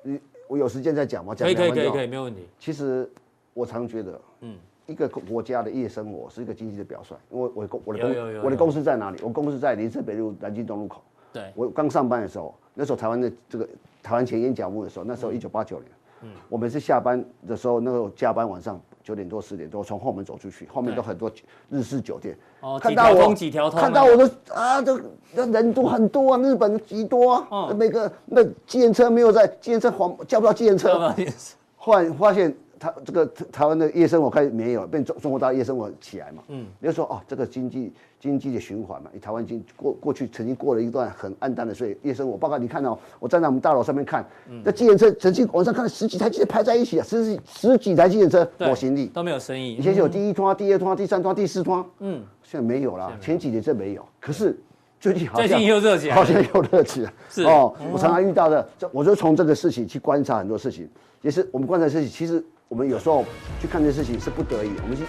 Speaker 3: 你我有时间再讲嘛，
Speaker 2: 可
Speaker 3: 讲
Speaker 2: 以
Speaker 3: 两
Speaker 2: 可以
Speaker 3: 分
Speaker 2: 可以可以，
Speaker 3: 钟。
Speaker 2: 没有问题。
Speaker 3: 其实我常觉得，
Speaker 2: 嗯
Speaker 3: 嗯，一个国国家的夜生活是一个经济的表率。因为我的公我的
Speaker 2: 有有有有
Speaker 3: 公我的公司在哪里？我公司在林森北路南京东路口。 [LAUGHS]
Speaker 2: 对，
Speaker 3: 我刚上班的时候，那时候台湾的这个
Speaker 2: 嗯
Speaker 3: 台湾前烟角木的时候，那时候一九八九年，我每次下班的时候，那时候加班晚上九点多十点多从后门走出去，后面
Speaker 2: 对
Speaker 3: 都很多日式酒店，
Speaker 2: 哦
Speaker 3: 看
Speaker 2: 几
Speaker 3: 到
Speaker 2: 条
Speaker 3: 我
Speaker 2: 通几条通
Speaker 3: 看
Speaker 2: 那
Speaker 3: 到
Speaker 2: 个
Speaker 3: 我都啊，这这人多很多啊，日本极多啊，
Speaker 2: 嗯
Speaker 3: 每个那计程车没有在，计程车黄叫不到计程
Speaker 2: 知道
Speaker 3: 车，
Speaker 2: 吗？也是
Speaker 3: 后来发现他这个台湾的夜生活开始没有，变中中国大陆夜生活起来嘛，嗯，你就说哦，这个经济经济的循环嘛，台湾经过过去曾经过了一段很暗淡的岁月夜生活，包括你看哦，我站在我们大楼上面看，那计程车曾经晚上看了十几台机车排在一起啊，十几十几台计程车
Speaker 2: 对
Speaker 3: 我行李，
Speaker 2: 都没有生意
Speaker 3: 以，前有第一趟、第二趟、第三趟、第四趟，
Speaker 2: 嗯
Speaker 3: 嗯，现在没有啦，前几年真没有，可是最近好像
Speaker 2: 最近又热起来了
Speaker 3: 好像又热起来，
Speaker 2: 是嗯
Speaker 3: 哦，我常常遇到的，这我就从这个事情去观察很多事情，也是我们观察事情，其实我们有时候去看这些事情是不得已，我
Speaker 2: [LAUGHS]
Speaker 3: 们去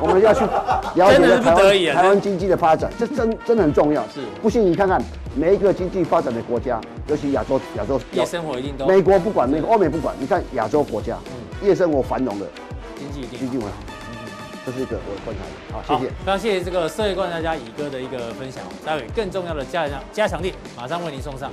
Speaker 3: 我们要去了
Speaker 2: 真的
Speaker 3: 解
Speaker 2: 是不
Speaker 3: 台
Speaker 2: 得已啊
Speaker 3: 湾台
Speaker 2: 真
Speaker 3: 湾
Speaker 2: 的
Speaker 3: 经济的发展，这真真的很重要，
Speaker 2: 是
Speaker 3: 不信你看看每一个经济发展的国家，尤其亚洲亚洲
Speaker 2: 夜生活一定都嗯
Speaker 3: 美国不管，美国欧美不管，你看亚洲国家夜生活繁荣的
Speaker 2: 经济一定
Speaker 3: 经
Speaker 2: 好。
Speaker 3: 济很好，这是一个我的观察，好，
Speaker 2: 好，
Speaker 3: 谢谢。
Speaker 2: 非常谢谢这个社会观察家乙哥的一个分享哦，待会更重要的加强加强力，马上为您送上。